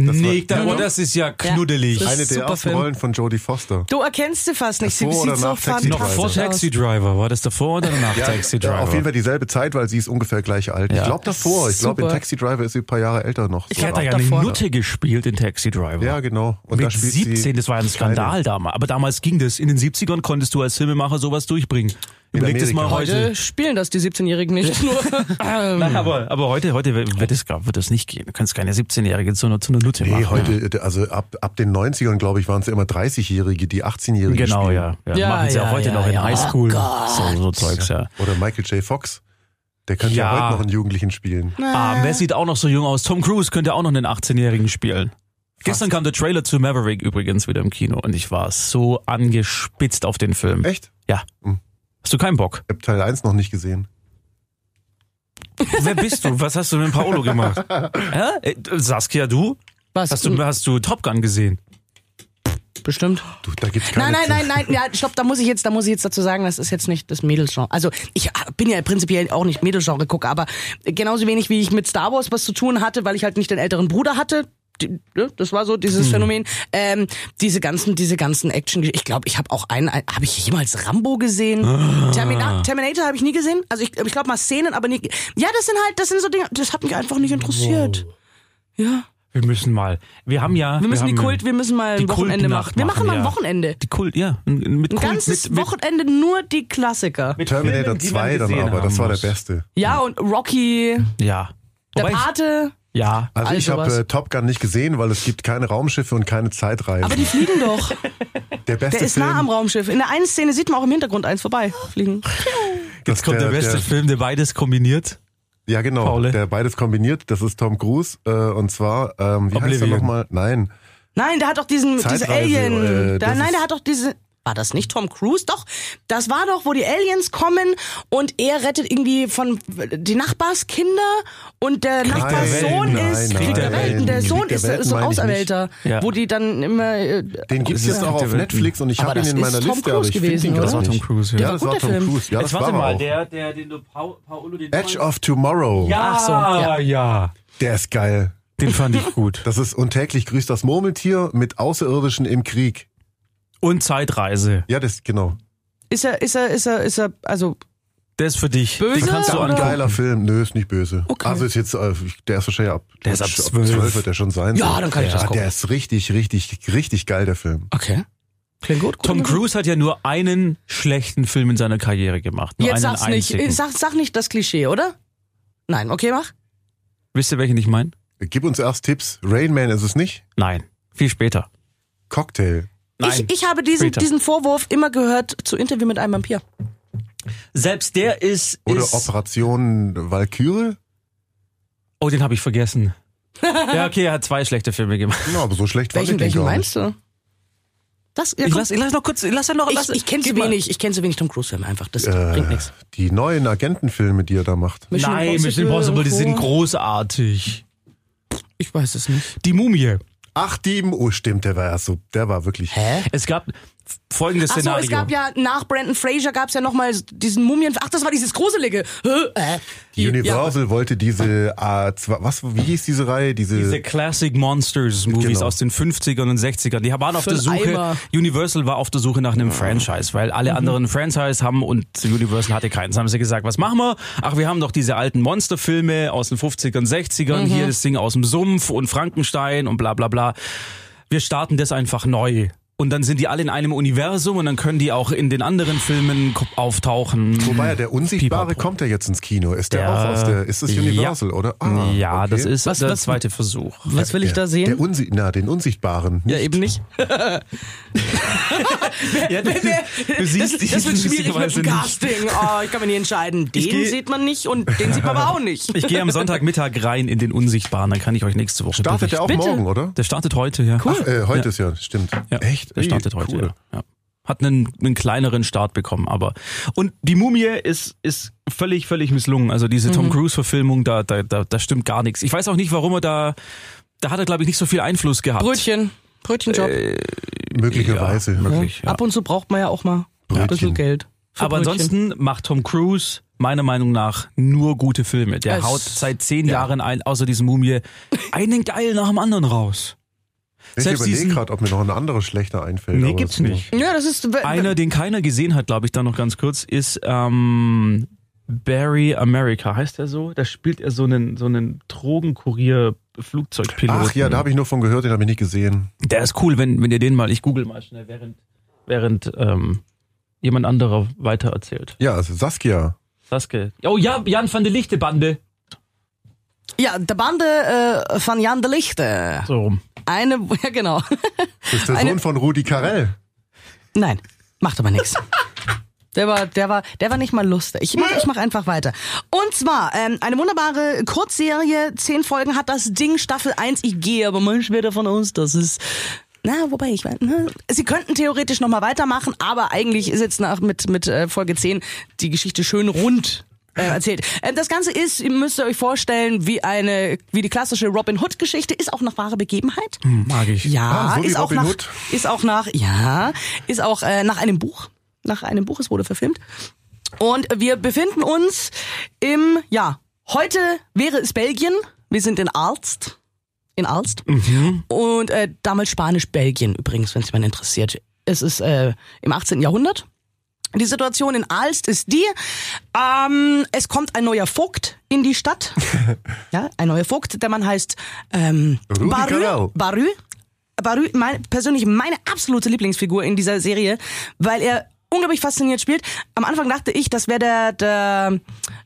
F: Das war-
D: Nee, da, oh, das ist ja knuddelig.
E: Das
F: Eine
E: ist
F: der
E: super
F: ersten
E: Film.
F: Rollen von Jodie Foster.
E: Du erkennst sie fast nicht. Sie
F: Davor
E: sieht
F: oder
E: so
F: nach
E: fantastisch
F: Taxi Driver?
D: Noch vor
E: aus.
D: Taxi Driver. War das davor oder danach Taxi Driver?
F: Auf jeden Fall dieselbe Zeit, weil sie ist ungefähr gleich alt.
D: Ja.
F: Ich glaube davor. Ich glaube, in
E: Super.
F: Taxi Driver ist sie ein paar Jahre älter noch.
D: Ich hatte ja eine
E: davor.
D: Nutte gespielt in Taxi Driver.
F: ja, genau. Und da
D: Mit
F: spielt
D: 17,
F: sie
D: das war ein
F: Kleine.
D: Skandal damals. Aber damals ging das. In den 70ern konntest du als Filmemacher sowas durchbringen. Überleg das mal
F: Amerika.
D: heute.
E: Heute spielen das die 17-Jährigen
D: *laughs*
E: nicht nur. Ähm,
D: Also- Nein, aber, aber heute, heute wird es, gar- wird es nicht gehen. Du kannst keine 17-Jährige zu einer, zu einer Nutte
F: Nee,
D: machen.
F: heute, also ab, ab den 90ern, glaube ich, waren es immer 30-Jährige, die 18-Jährige
D: Genau,
F: spielen.
D: ja. ja,
E: Ja,
D: machen sie ja,
E: ja,
D: heute
E: ja,
D: noch in
E: ja. Oh
D: Highschool. so, so Zeugs, ja.
F: Oder Michael J. Fox. Der kann ja,
D: Ja.
F: heute noch einen Jugendlichen spielen.
E: Ähm.
D: Ah, wer sieht auch noch so jung aus? Tom Cruise könnte auch noch einen 18-Jährigen spielen. Gestern kam der Trailer zu Maverick übrigens wieder im Kino und ich war so angespitzt auf den Film.
F: Echt?
D: Ja.
F: Hm.
D: Hast du keinen Bock?
F: Ich habe Teil 1 noch nicht gesehen.
D: Wer bist du? Was hast du mit Paolo gemacht? Hä? Äh, Saskia, du?
E: Was?
D: Hast du, hast du Top Gun gesehen?
E: Bestimmt.
F: Du, da gibt's keine
E: Nein, nein,
F: Tür.
E: nein, nein, ja, stopp, da muss ich jetzt, da muss ich jetzt dazu sagen, das ist jetzt nicht das Mädelsgenre. Also, ich bin ja prinzipiell auch nicht Mädelsgenre gucker, aber genauso wenig wie ich mit Star Wars was zu tun hatte, weil ich halt nicht den älteren Bruder hatte. Die- ne, Das war so dieses
D: Hm.
E: Phänomen. Ähm, diese ganzen, diese ganzen Action. Ich glaube, ich habe auch einen. ein- Habe ich jemals Rambo gesehen?
D: Ah.
E: Termina Terminator habe ich nie gesehen. Also ich, ich glaube mal Szenen, aber nie. Ja, das sind halt, das sind so Dinge. Das hat mich einfach nicht interessiert. Ja,
D: Wir müssen mal. Wir haben ja.
E: wir müssen
D: haben
E: die Kult, wir müssen mal
D: die
E: ein Wochenende
D: Kultnacht
E: machen. Wir machen mal ein
D: ja.
E: Wochenende.
D: Die Kult, ja. Ein- ein- Mit
E: Ein
D: Kult,
E: ganzes
D: mit, mit,
E: Wochenende nur die Klassiker.
D: mit Filmen,
F: Terminator
D: die man
F: 2 dann
D: gesehen
F: aber, das
D: haben
F: war der
D: muss.
F: beste.
E: Ja, und Rocky,
D: Ja.
E: der
D: Wobei ich-
E: Pate.
D: ja.
F: Also
E: All
F: ich habe
E: sowas.
F: äh, Top Gun nicht gesehen, weil es gibt keine Raumschiffe und keine Zeitreisen.
E: Aber die fliegen doch.
F: der beste
E: Der ist
F: Film,
E: nah am Raumschiff. In der einen Szene sieht man auch im Hintergrund eins vorbei fliegen.
F: das
D: Jetzt kommt der beste Film, der beides kombiniert.
F: Ja, genau.
D: Paule.
F: Der beides kombiniert. Das ist Tom Cruise. Äh, und zwar, ähm, wie heißt er
D: Oblivion.
F: nochmal? Nein.
E: Nein, der hat doch diesen diese
F: Zeitreise,
E: Alien.
F: äh,
E: da,
F: das
E: nein, der
F: ist-
E: hat doch diese war das nicht Tom Cruise? Doch, das war doch, wo die Aliens kommen und er rettet irgendwie von die Nachbarskinder und der Nachbarssohn
F: nein,
E: ist
F: nein,
E: Krieg der
D: nein.
E: Welten. Der
F: Krieg
E: Sohn
F: der
E: ist, ist
F: Welten
E: so ein
F: meine ich
E: Auserwählter,
D: nicht. Ja.
E: wo die dann immer äh,
F: Den gibt's
D: ist
F: jetzt auch
D: Krieg
F: auf
D: der
F: Netflix und ich
E: Aber
F: habe ihn
E: das
F: in meiner
E: ist Tom
F: Liste, aber
E: Cruise
F: ich finde
E: gewesen,
F: ihn
E: oder?
F: gerade
E: Das war
F: nicht.
D: Tom Cruise, ja.
F: Ja,
E: war
F: das
E: gut,
F: war
E: der
F: Tom
E: Film.
F: Cruise. Ja, das
D: Jetzt warte
F: war er
D: mal,
F: auch.
D: der, der, den du Pau- Paolo, den
F: Edge of Tomorrow.
D: Ja,
E: Ach so,
D: ja,
E: ja.
F: Der ist geil.
D: Den fand ich gut.
F: Das ist und täglich grüßt das Murmeltier mit Außerirdischen im Krieg.
D: Und Zeitreise.
F: Ja, das genau.
E: ist er ist er ist er ist er also
D: Der ist für dich.
E: Böse
D: Den kannst du
E: oder?
D: angucken.
F: Geiler Film. Nö, ist nicht böse.
E: Okay.
F: Also ist jetzt, äh, der ist wahrscheinlich ab,
D: Der ist ab 12.
F: wird der schon sein.
E: Ja,
F: so.
E: dann kann ich das
F: Ah,
E: gucken.
F: der ist richtig, richtig, richtig geil, der Film.
E: Okay. Klingt gut.
D: Tom
E: Gut.
D: Cruise hat ja nur einen schlechten Film in seiner Karriere gemacht. Nur
E: Jetzt
D: einen
E: sag's
D: einzigen.
E: nicht. Sag, sag nicht das Klischee, oder? Nein, okay, mach.
D: Wisst ihr, welchen ich meine?
F: Gib uns erst Tipps. Rain Man ist es nicht.
D: Nein. Viel später.
F: Cocktail.
D: Nein.
E: Ich, ich habe diesen,
D: Später.
E: diesen Vorwurf immer gehört zu Interview mit einem Vampir.
D: Selbst der ist.
F: Oder
D: ist
F: Operation Valkyrie.
D: oh, den habe ich *laughs* vergessen. ja, okay, er hat zwei schlechte Filme gemacht.
F: Ja, aber so schlecht war ich
E: Welchen,
F: den
E: welchen
F: gar
E: meinst
F: nicht.
E: du? Das, ja,
D: Ich
E: komm,
D: lass, ich lass noch kurz. Lass ja noch. lass,
E: ich, ich kenne zu
D: gib mal.
E: wenig, ich kenne zu wenig Tom Cruise-Filme einfach. Das
F: Äh,
E: bringt nichts.
F: Die neuen Agentenfilme, die er da macht.
E: Mission
D: Nein, Mission Impossible, die sind großartig.
E: Ich weiß es nicht.
D: Die Mumie.
F: Ach, die, oh stimmt, der war erst so, der war wirklich.
E: Hä?
D: Es gab, folgendes
E: Ach so,
D: Szenario.
E: es gab ja nach Brandon Fraser gab es ja nochmal diesen Mumien. Ach, das war dieses gruselige. Hä? Äh, die-
F: Universal wollte diese, äh, zwa- was, wie hieß diese Reihe? Diese,
D: Diese Classic Monsters Movies
F: Genau.
D: aus den 50ern und 60ern, die waren auf
E: Für
D: der
E: einen
D: Suche,
E: Eimer. Mhm.
D: Universal war auf der Suche nach einem Franchise, weil alle anderen Franchise haben und Universal hatte keins. Haben sie gesagt, was machen wir? Ach, wir haben doch diese alten Monsterfilme aus den 50ern, 60ern,
E: Mhm.
D: hier das Ding aus dem Sumpf und Frankenstein und bla bla bla. Wir starten das einfach neu. Und dann sind die alle in einem Universum und dann können die auch in den anderen Filmen ko- auftauchen.
F: wobei ja, der Unsichtbare
D: Pipapo.
F: kommt ja jetzt ins Kino. Ist der,
D: Der-
F: auch aus der, ist das
D: Ja.
F: Universal, oder? Ah,
D: ja,
F: okay.
D: das ist
E: Was-
D: der
E: was-
D: zweite Versuch.
E: Was will ich da
F: Der
E: sehen?
F: Unsi na, den Unsichtbaren.
E: Ja, eben
D: *laughs*
E: nicht. *laughs*
D: Ja, du, du
E: Das,
D: siehst
E: das
D: *laughs*
E: wird schwierig mit
D: möglicherweise
E: dem
D: nicht.
E: Casting. Oh, ich kann mich nicht entscheiden. Den
D: geh-
E: sieht man nicht und den sieht man aber auch nicht.
D: Ich gehe am Sonntagmittag rein in den Unsichtbaren, dann kann ich euch nächste Woche
F: Startet der auch
E: Bitte?
F: morgen, oder?
D: Der startet heute, ja.
F: Ach, äh, heute ist ja, stimmt.
D: ja.
F: Echt?
D: Der
F: Ey,
D: startet heute,
F: cool.
D: ja. ja. Hat einen, einen kleineren Start bekommen, aber. Und die Mumie ist, ist völlig, völlig misslungen. Also diese
E: Mhm.
D: Tom Cruise-Verfilmung, da, da, da, da stimmt gar nichts. Ich weiß auch nicht, warum er da. Da hat er, glaube ich, nicht so viel Einfluss gehabt.
E: Brötchen. Brötchenjob.
F: Möglicherweise.
D: Ja, möglich, Äh, ja.
E: Ab und zu braucht man ja auch mal ein bisschen
F: Brötchen.
E: Geld. für
D: Aber
E: Brötchen.
D: ansonsten macht Tom Cruise meiner Meinung nach nur gute Filme. Der
E: Es-
D: haut seit zehn Jahren ein, außer diesem Mumie, einen geil nach dem anderen raus.
F: Ich
D: Selbst
F: überlege
D: diesen-
F: gerade, ob mir noch ein anderer schlechter einfällt.
D: Nee,
F: aber
D: gibt's
F: das-
D: nicht.
E: Ja, das ist.
D: Einer, den keiner gesehen hat, glaube ich, dann noch ganz kurz, ist ähm, Barry America. Heißt er so? Da spielt er so einen, so einen Drogenkurier-Flugzeugpiloten.
F: Ach ja, da habe ich nur von gehört, den habe ich nicht gesehen.
D: Der ist cool, wenn, wenn ihr den mal, ich google mal schnell, während, während ähm, jemand anderer weitererzählt.
F: Ja, also Saskia.
D: Saskia. Oh ja, Jan van de Lichte Bande.
E: Ja, der Bande äh, von Jan de Lichte.
D: So rum.
E: Eine, *laughs* ja genau.
F: Das ist der
E: Eine-
F: Sohn von Rudi Carell.
E: Nein, macht aber nichts. Der war, der war, der war nicht mal lustig. Ich mach, ich mach einfach weiter. Und zwar, ähm, eine wunderbare Kurzserie, zehn Folgen hat das Ding, Staffel 1. Ich gehe aber mal schwer davon aus, dass es. Na, wobei ich weiß, ne? Sie könnten theoretisch nochmal weitermachen, aber eigentlich ist jetzt nach mit, mit äh, Folge 10 die Geschichte schön rund äh, erzählt. Ähm, das Ganze ist, ihr müsst ihr euch vorstellen, wie eine, wie die klassische Robin Hood-Geschichte, ist auch nach wahrer Begebenheit.
D: Mag ich.
E: Ja,
F: Ah, so wie
E: ist, auch
F: Robin
E: nach,
F: Hood.
E: ist auch nach, ja, ist auch äh, nach einem Buch. Nach einem Buch, es wurde verfilmt. Und wir befinden uns im, ja, heute wäre es Belgien. Wir sind in Alst. In Alst.
F: Mhm.
E: Und äh, damals Spanisch-Belgien übrigens, wenn es jemand interessiert. Es ist äh, im 18. Jahrhundert. Die Situation in Alst ist die, ähm, es kommt ein neuer Vogt in die Stadt. ja, ein neuer Vogt, der Mann heißt ähm,
F: Rudi
E: Barü.
F: Carrell.
E: Barü. Barü, mein, persönlich meine absolute Lieblingsfigur in dieser Serie, weil er unglaublich fasziniert spielt. Am Anfang dachte ich, das wäre der, der,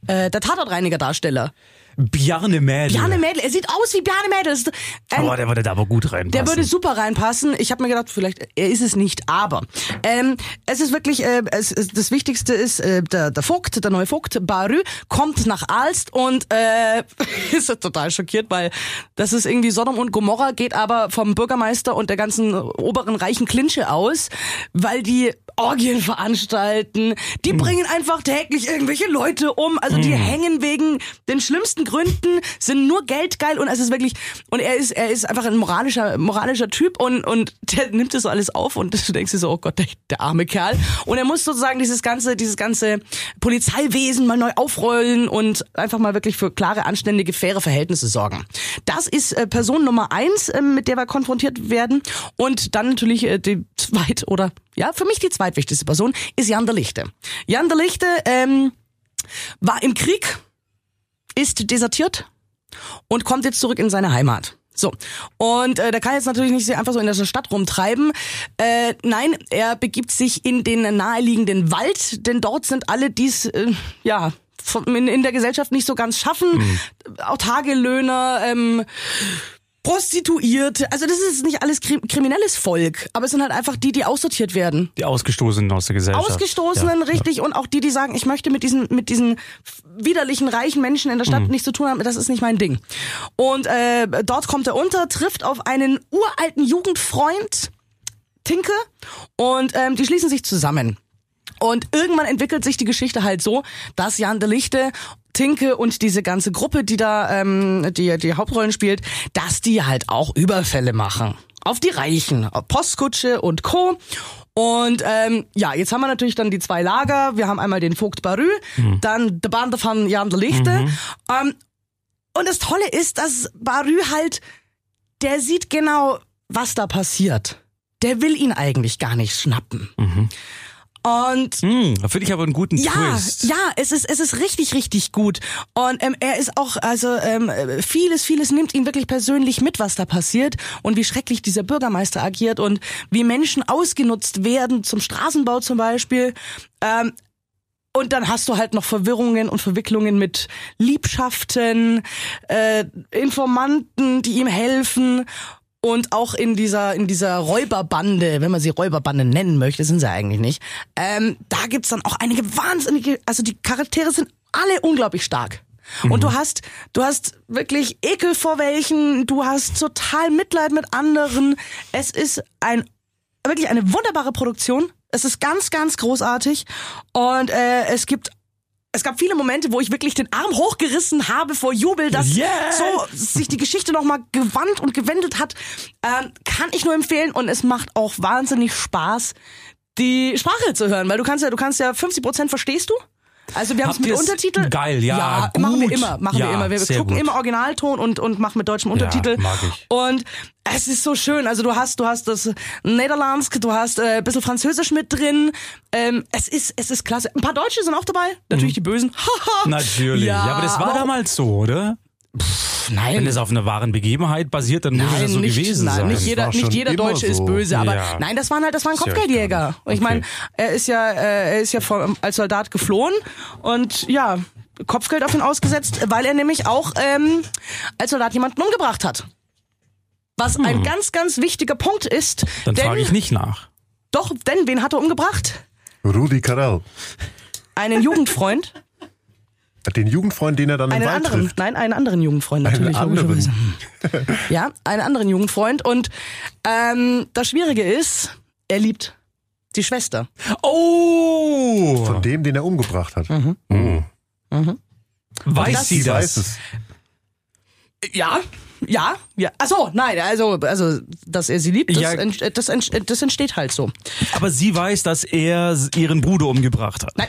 E: äh, der Tatortreiniger-Darsteller.
D: Bjarne Mädel.
E: Bjarne Mädel, er sieht aus wie Bjarne Mädel. Das ist ein
D: Aber der würde da aber gut reinpassen.
E: der würde super reinpassen. Ich habe mir gedacht, vielleicht er ist es nicht, aber ähm, es ist wirklich, äh, es, es, das Wichtigste ist, äh, der, der Vogt, der neue Vogt, Barü, kommt nach Alst und äh, *laughs* ist total schockiert, weil das ist irgendwie Sodom und Gomorra, geht aber vom Bürgermeister und der ganzen oberen reichen Klinsche aus, weil die Orgien veranstalten, die bringen einfach täglich irgendwelche Leute um, also die hängen wegen den schlimmsten Gründen, sind nur geldgeil und es ist wirklich und er ist er ist einfach ein moralischer moralischer Typ und und der nimmt das so alles auf und *laughs* du denkst dir so oh Gott der, der arme Kerl und er muss sozusagen dieses ganze dieses ganze Polizeiwesen mal neu aufrollen und einfach mal wirklich für klare anständige faire Verhältnisse sorgen. Das ist äh, Person Nummer eins, äh, mit der wir konfrontiert werden und dann natürlich äh, die zweit oder ja für mich die zweitwichtigste Person ist Jan de Lichte. Jan de Lichte ähm, war im Krieg, ist desertiert und kommt jetzt zurück in seine Heimat. So, und äh, der kann jetzt natürlich nicht so einfach so in der Stadt rumtreiben. Äh, nein, er begibt sich in den naheliegenden Wald, denn dort sind alle, die es äh, ja, von- in, in der Gesellschaft nicht so ganz schaffen. Auch Tagelöhner, ähm, Prostituierte. Also das ist nicht alles kri kriminelles Volk, aber es sind halt einfach die, die aussortiert werden.
D: Die Ausgestoßenen aus der Gesellschaft.
E: Ausgestoßenen, richtig, und auch die, die sagen, ich möchte mit diesen, mit diesen widerlichen, reichen Menschen in der Stadt nichts zu tun haben, das ist nicht mein Ding. Und äh, dort kommt er unter, trifft auf einen uralten Jugendfreund, Tinke, und ähm, die schließen sich zusammen. Und irgendwann entwickelt sich die Geschichte halt so, dass Jan de Lichte, Tinke und diese ganze Gruppe, die da ähm, die, die Hauptrollen spielt, dass die halt auch Überfälle machen. Auf die Reichen, auf Postkutsche und Co. Und ähm, ja, jetzt haben wir natürlich dann die zwei Lager. Wir haben einmal den Vogt Barü, dann die Bande von Jan de Lichte. Ähm, und das Tolle ist, dass Barü halt, der sieht genau, was da passiert. Der will ihn eigentlich gar nicht schnappen. Und
D: Hm, da finde ich aber einen guten
E: ja,
D: Twist.
E: ja, es ist, es ist richtig, richtig gut. Und ähm, er ist auch, also ähm, vieles, vieles nimmt ihn wirklich persönlich mit, was da passiert und wie schrecklich dieser Bürgermeister agiert und wie Menschen ausgenutzt werden, zum Straßenbau zum Beispiel. Ähm, und dann hast du halt noch Verwirrungen und Verwicklungen mit Liebschaften, äh, Informanten, die ihm helfen. Und auch in dieser, in dieser Räuberbande, wenn man sie Räuberbande nennen möchte, sind sie eigentlich nicht. Ähm, da gibt's dann auch einige wahnsinnige, also die Charaktere sind alle unglaublich stark. Und du hast, du hast wirklich Ekel vor welchen, du hast total Mitleid mit anderen. Es ist ein wirklich eine wunderbare Produktion. Es ist ganz, ganz großartig. Und äh, es gibt. Es gab viele Momente, wo ich wirklich den Arm hochgerissen habe vor Jubel, dass
D: Yeah!
E: so sich die Geschichte nochmal gewandt und gewendet hat. Ähm, kann ich nur empfehlen und es macht auch wahnsinnig Spaß, die Sprache zu hören, weil du kannst ja, du kannst ja 50 Prozent verstehst du. Also wir haben es
D: Habt
E: mit
D: ihr's-
E: Untertitel.
D: Geil, ja,
E: ja machen wir
D: gut.
E: immer, machen
D: Ja,
E: wir immer. Wir
D: sehr
E: gucken
D: gut.
E: immer Originalton und und machen mit deutschem Untertitel.
D: mag ich.
E: Und es ist so schön. Also du hast, du hast das Niederlandsk, du hast äh, ein bisschen Französisch mit drin. Ähm, es ist, es ist klasse. Ein paar Deutsche sind auch dabei. Natürlich die Bösen. Haha.
D: *laughs* Hm. Natürlich. Ja, aber das war damals so, oder?
E: nein.
D: Wenn das auf einer wahren Begebenheit basiert, dann muss es ja so
E: nicht,
D: gewesen
E: nein,
D: sein.
E: Nicht
F: Das
E: jeder,
F: war schon
E: nicht jeder
F: immer
E: Deutsche ist
F: so.
E: böse, aber
D: Ja.
E: nein, das waren halt, das waren
F: ja
E: Kopfgeldjäger. Und ich meine,
D: Okay.
E: er ist ja, äh, er ist ja vom, als Soldat geflohen und ja, Kopfgeld auf ihn ausgesetzt, weil er nämlich auch ähm, als Soldat jemanden umgebracht hat. Was ein ganz, ganz wichtiger Punkt ist.
D: Hm. Dann
E: denn,
D: frage ich nicht nach.
E: Doch, denn wen hat er umgebracht?
F: Rudi Carell.
E: Einen Jugendfreund.
F: *laughs* Den Jugendfreund, den er dann
E: einen
F: im Wald
E: anderen,
F: trifft.
E: nein, einen anderen Jugendfreund natürlich.
F: Einen anderen.
E: logischerweise. Ja, einen anderen Jugendfreund. Und ähm, das Schwierige ist, er liebt die Schwester.
D: Oh!
F: Von dem, den er umgebracht hat.
D: weiß
E: das-
D: sie
F: Sie weiß
D: das?
F: es.
E: Ja, ja, ja. Ach so, nein, also, also, dass er sie liebt, das,
D: Ja.
E: ent- das, ent- das entsteht halt so.
D: Aber sie weiß, dass er ihren Bruder umgebracht hat.
E: Nein.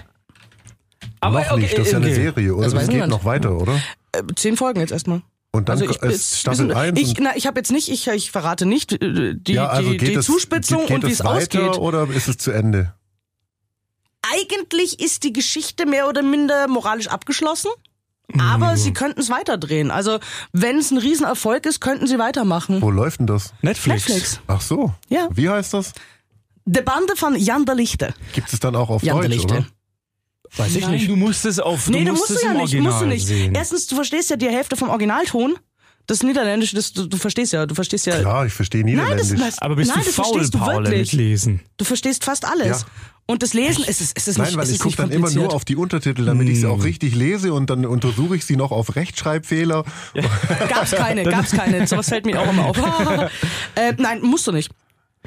D: Aber
F: Noch nicht, das ist ja eine Serie, oder?
E: Das
F: Das,
E: weiß
F: geht
E: niemand.
F: noch weiter, oder?
E: Äh, zehn Folgen jetzt erstmal. Also
F: Und dann
E: ich,
F: ist
E: es-
F: Staffel
E: wir sind-
F: 1.
E: ich,
F: und,
E: na, ich habe jetzt nicht, ich, ich verrate nicht äh, die,
F: ja, also
E: die,
F: geht
E: die
F: es,
E: Zuspitzung
F: geht, geht
E: und wie es
F: weiter
E: ausgeht.
F: oder ist es zu Ende?
E: eigentlich ist die Geschichte mehr oder minder moralisch abgeschlossen.
F: Mhm.
E: Aber sie könnten es weiterdrehen. Also, wenn es ein Riesenerfolg ist, könnten sie weitermachen.
F: Wo läuft denn das?
D: Netflix.
E: Netflix.
F: Ach so.
E: Ja.
F: Wie heißt das?
E: De Bande von Jan der Lichte.
F: Gibt es dann auch auf
E: Jan der
F: Deutsch,
E: Lichte.
F: oder?
D: Weiß ich nicht. Du musst es auf.
E: nee,
D: musst
E: du musst
D: es
E: du ja
D: im
E: nicht.
D: Original
E: Musst du nicht.
D: Sehen.
E: Erstens, du verstehst ja die Hälfte vom Originalton. Das Niederländische, das, du, du verstehst ja, du verstehst ja.
F: Ja, ich verstehe
E: Nein, das,
F: Niederländisch.
E: das,
D: Aber bist
E: nein,
D: du
E: das
D: faul,
E: verstehst du
D: Paul,
E: wirklich.
D: mitlesen?
E: Du verstehst fast alles.
F: Ja.
E: Und das Lesen ist es, ist es
F: Nein,
E: nicht.
F: weil
E: es
F: ich
E: ist
F: gucke
E: nicht
F: dann immer
E: kompliziert. Hm.
F: nur auf die Untertitel, damit ich sie auch richtig lese und dann untersuche ich sie noch auf Rechtschreibfehler.
E: Gab's keine, gab's keine. Sowas fällt mir auch immer auf. äh, nein, musst du nicht.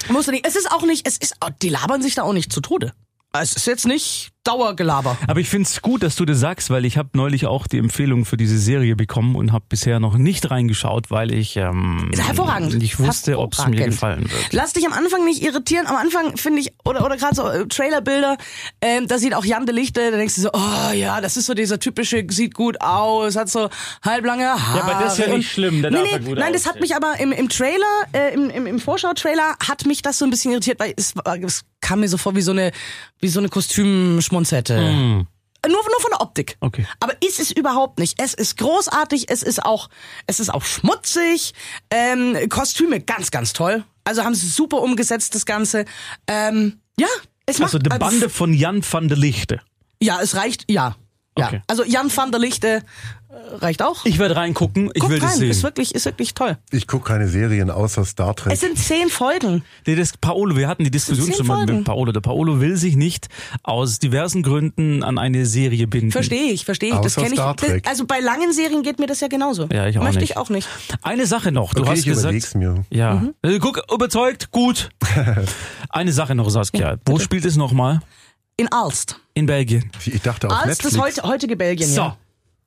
E: Musst du nicht. Es ist auch nicht, es ist, die labern sich da auch nicht zu Tode. Es ist jetzt nicht Dauergelaber.
D: Aber ich finde es gut, dass du das sagst, weil ich habe neulich auch die Empfehlung für diese Serie bekommen und habe bisher noch nicht reingeschaut, weil ich ähm,
E: Ist hervorragend.
D: nicht wusste, ob es mir
E: Hervorragend.
D: gefallen wird.
E: Lass dich am Anfang nicht irritieren. Am Anfang finde ich, oder, oder gerade so äh, Trailerbilder, ähm, da sieht auch Jan de Lichte, da denkst du so, oh ja, das ist so dieser typische, sieht gut aus, hat so halblange Haare.
D: aber das ist ja
E: und-
D: nicht schlimm, der
E: nee,
D: darf
E: nee,
D: ja gut
E: Nein, das hat
D: aussehen.
E: mich aber im, im Trailer, äh, im, im, im Vorschau-Trailer hat mich das so ein bisschen irritiert, weil es, war- es kam mir so vor wie so eine, wie so eine Kostümschmonzette.
D: Hm.
E: Nur, nur von der Optik.
D: Okay.
E: Aber ist es überhaupt nicht. Es ist großartig, es ist auch, es ist auch schmutzig. Ähm, Kostüme ganz, ganz toll. Also haben sie super umgesetzt, das Ganze. Ähm, ja, es macht.
D: Also die Bande von Jan van der Lichte.
E: ja, es reicht, ja. ja.
D: Okay.
E: Also Jan van der Lichte äh, reicht auch.
D: Ich werde reingucken, ich
E: Guckt
D: will
E: rein,
D: das sehen.
E: ist wirklich, ist wirklich toll.
F: Ich gucke keine Serien außer Star Trek.
E: Es sind zehn Folgen.
D: Nee, das Paolo, wir hatten die Diskussion
E: zehn
D: schon mal
E: Folgen.
D: mit Paolo. Der Paolo will sich nicht aus diversen Gründen an eine Serie binden.
E: Verstehe ich, verstehe ich. Das
F: Außer
E: kenne ich.
F: Star Trek.
E: Also bei langen Serien geht mir das ja genauso.
D: Ja, ich auch
E: Möchte
D: nicht.
E: ich auch nicht.
D: Eine Sache noch, du
F: okay,
D: hast
F: ich überleg's
D: gesagt.
F: mir.
D: Ja.
E: Mhm.
D: Äh, Guck, überzeugt,
F: *laughs*
D: gut. eine Sache noch, Saskia. Wo spielt es nochmal?
E: In Alst.
D: In Belgien.
F: Ich dachte auf
E: Alst
F: Netflix.
E: ist heute, heutige Belgien.
D: So.
E: Ja.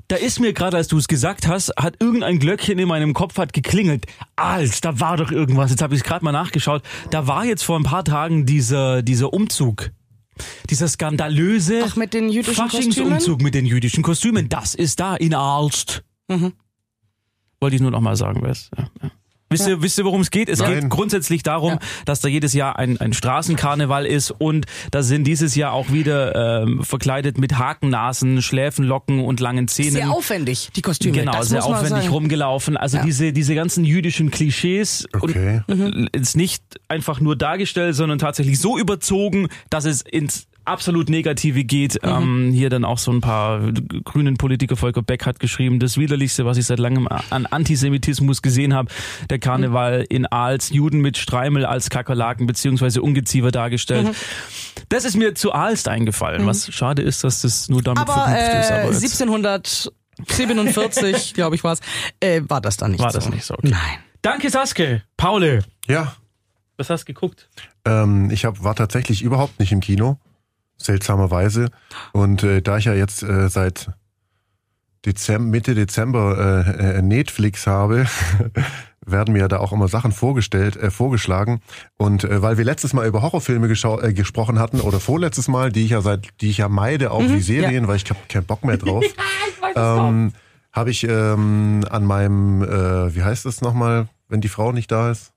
D: da ist mir gerade, als du es gesagt hast, hat irgendein Glöckchen in meinem Kopf hat geklingelt. Als, da war doch irgendwas. Jetzt habe ich es gerade mal nachgeschaut. Da war jetzt vor ein paar Tagen dieser, dieser Umzug. Dieser skandalöse
E: Ach, mit den jüdischen
D: Faschingsumzug mit den jüdischen Kostümen. Das ist da in Aalst.
E: Mhm.
D: Wollte ich nur noch mal sagen, was. Ja, ja. Wisst ihr, wisst ihr, worum es geht? Es
F: Nein.
D: geht grundsätzlich darum, dass da jedes Jahr ein, ein Straßenkarneval ist und da sind dieses Jahr auch wieder ähm, verkleidet mit Hakennasen, Schläfenlocken und langen Zähnen.
E: Sehr aufwendig, die Kostüme.
D: Genau,
E: das
D: sehr
E: muss man
D: aufwendig
E: sagen.
D: rumgelaufen. Also
E: Ja.
D: diese, diese ganzen jüdischen Klischees
F: Okay.
E: Mhm.
D: und ist nicht einfach nur dargestellt, sondern tatsächlich so überzogen, dass es ins absolut Negative geht.
E: Mhm.
D: Ähm, hier dann auch so ein paar grünen Politiker, Volker Beck hat geschrieben, das widerlichste, was ich seit langem an Antisemitismus gesehen habe, der
E: Mhm.
D: Karneval in Aals, Juden mit Streimel als Kakerlaken beziehungsweise Ungeziefer dargestellt.
E: Mhm.
D: Das ist mir zu Aalst eingefallen, was schade ist, dass das nur damit
E: Aber,
D: verknüpft ist.
E: äh,
D: Aber jetzt *laughs*
E: 1747, glaube ich, war es, äh, war das dann nicht
D: war
E: so.
D: das nicht so. Okay.
E: Nein.
D: Danke, Saske. Paule,
F: Ja,
D: was hast du geguckt?
F: Ähm, ich hab, war tatsächlich überhaupt nicht im Kino, seltsamerweise. Und äh, da ich ja jetzt äh, seit Dezember, Mitte Dezember äh, äh, Netflix habe, *laughs* werden mir da auch immer Sachen vorgestellt, äh, vorgeschlagen. Und äh, weil wir letztes Mal über Horrorfilme geschau- äh, gesprochen hatten oder vorletztes Mal, die ich ja seit, die ich ja meide, auch wie Serien, weil ich hab keinen Bock mehr drauf. ähm, habe ich ähm, an meinem, äh, wie heißt es nochmal, wenn die Frau nicht da ist?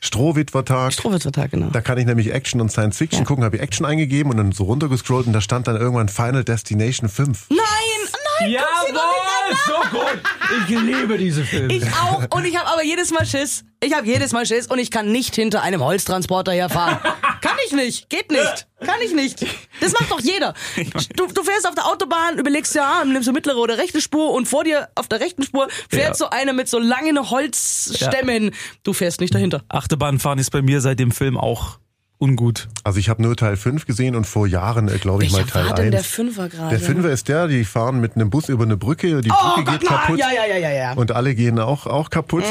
F: Strohwitwertag.
E: Strohwittertag, genau.
F: Da kann ich nämlich Action und Science Fiction
E: Ja.
F: gucken, habe ich Action eingegeben und dann so runtergescrollt und da stand dann irgendwann Final Destination 5.
E: Nein, nein, guck sie doch nicht an.
D: Jawohl, so gut. Ich liebe diese Filme.
E: Ich auch. Und ich habe aber jedes Mal Schiss. Ich habe jedes Mal Schiss und ich kann nicht hinter einem Holztransporter
D: *laughs*
E: herfahren. Kann ich nicht. Geht nicht. Kann ich nicht. Das macht doch jeder. Du, du fährst auf der Autobahn, überlegst dir, ah, nimmst du mittlere oder rechte Spur und vor dir auf der rechten Spur fährt
D: Ja.
E: so einer mit so langen Holzstämmen. Du fährst nicht dahinter.
D: Achterbahnfahren ist bei mir seit dem Film auch ungut.
F: Also ich habe nur Teil 5 gesehen und vor Jahren, glaube ich, mal
E: Welcher
F: Teil
E: war denn
F: 1.
E: der Fünfer gerade?
F: Der Fünfer ist der, die fahren mit einem Bus über eine Brücke, die
E: Oh
F: Brücke
E: Gott,
F: geht kaputt
E: nein. Ja, ja, ja, ja, ja.
F: und alle gehen auch,
E: *laughs*
F: auch kaputt.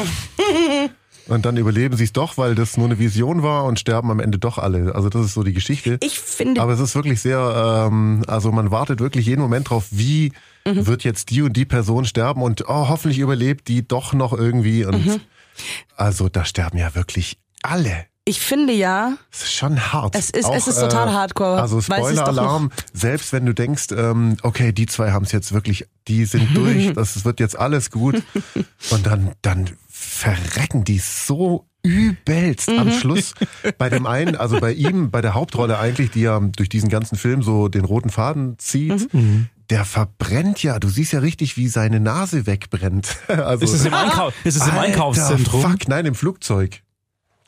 F: Und dann überleben sie es doch, weil das nur eine Vision war und sterben am Ende doch alle. Also das ist so die Geschichte.
E: Ich finde,
F: Aber es ist wirklich sehr, ähm, also man wartet wirklich jeden Moment drauf, wie wird jetzt die und die Person sterben und oh, hoffentlich überlebt die doch noch irgendwie. Und also da sterben ja wirklich alle.
E: ich finde ja,
F: Es ist schon hart.
E: Es ist- es ist total hardcore,
F: Also
E: weil es ist doch
F: Spoiler-Alarm, selbst wenn du denkst, ähm, okay, die zwei haben es jetzt wirklich, die
E: *laughs*
F: sind durch, das wird jetzt alles gut. Und dann, dann verrecken die so übelst
E: Mhm.
F: am Schluss bei dem einen, also bei ihm, bei der Hauptrolle eigentlich, die ja durch diesen ganzen Film so den roten Faden zieht.
E: Mhm.
F: Der verbrennt ja, du siehst ja richtig, wie seine Nase wegbrennt. *laughs* Also,
D: Ist es im, Einkau ist es im
F: Alter,
D: Einkaufszentrum?
F: Fuck, nein, im Flugzeug.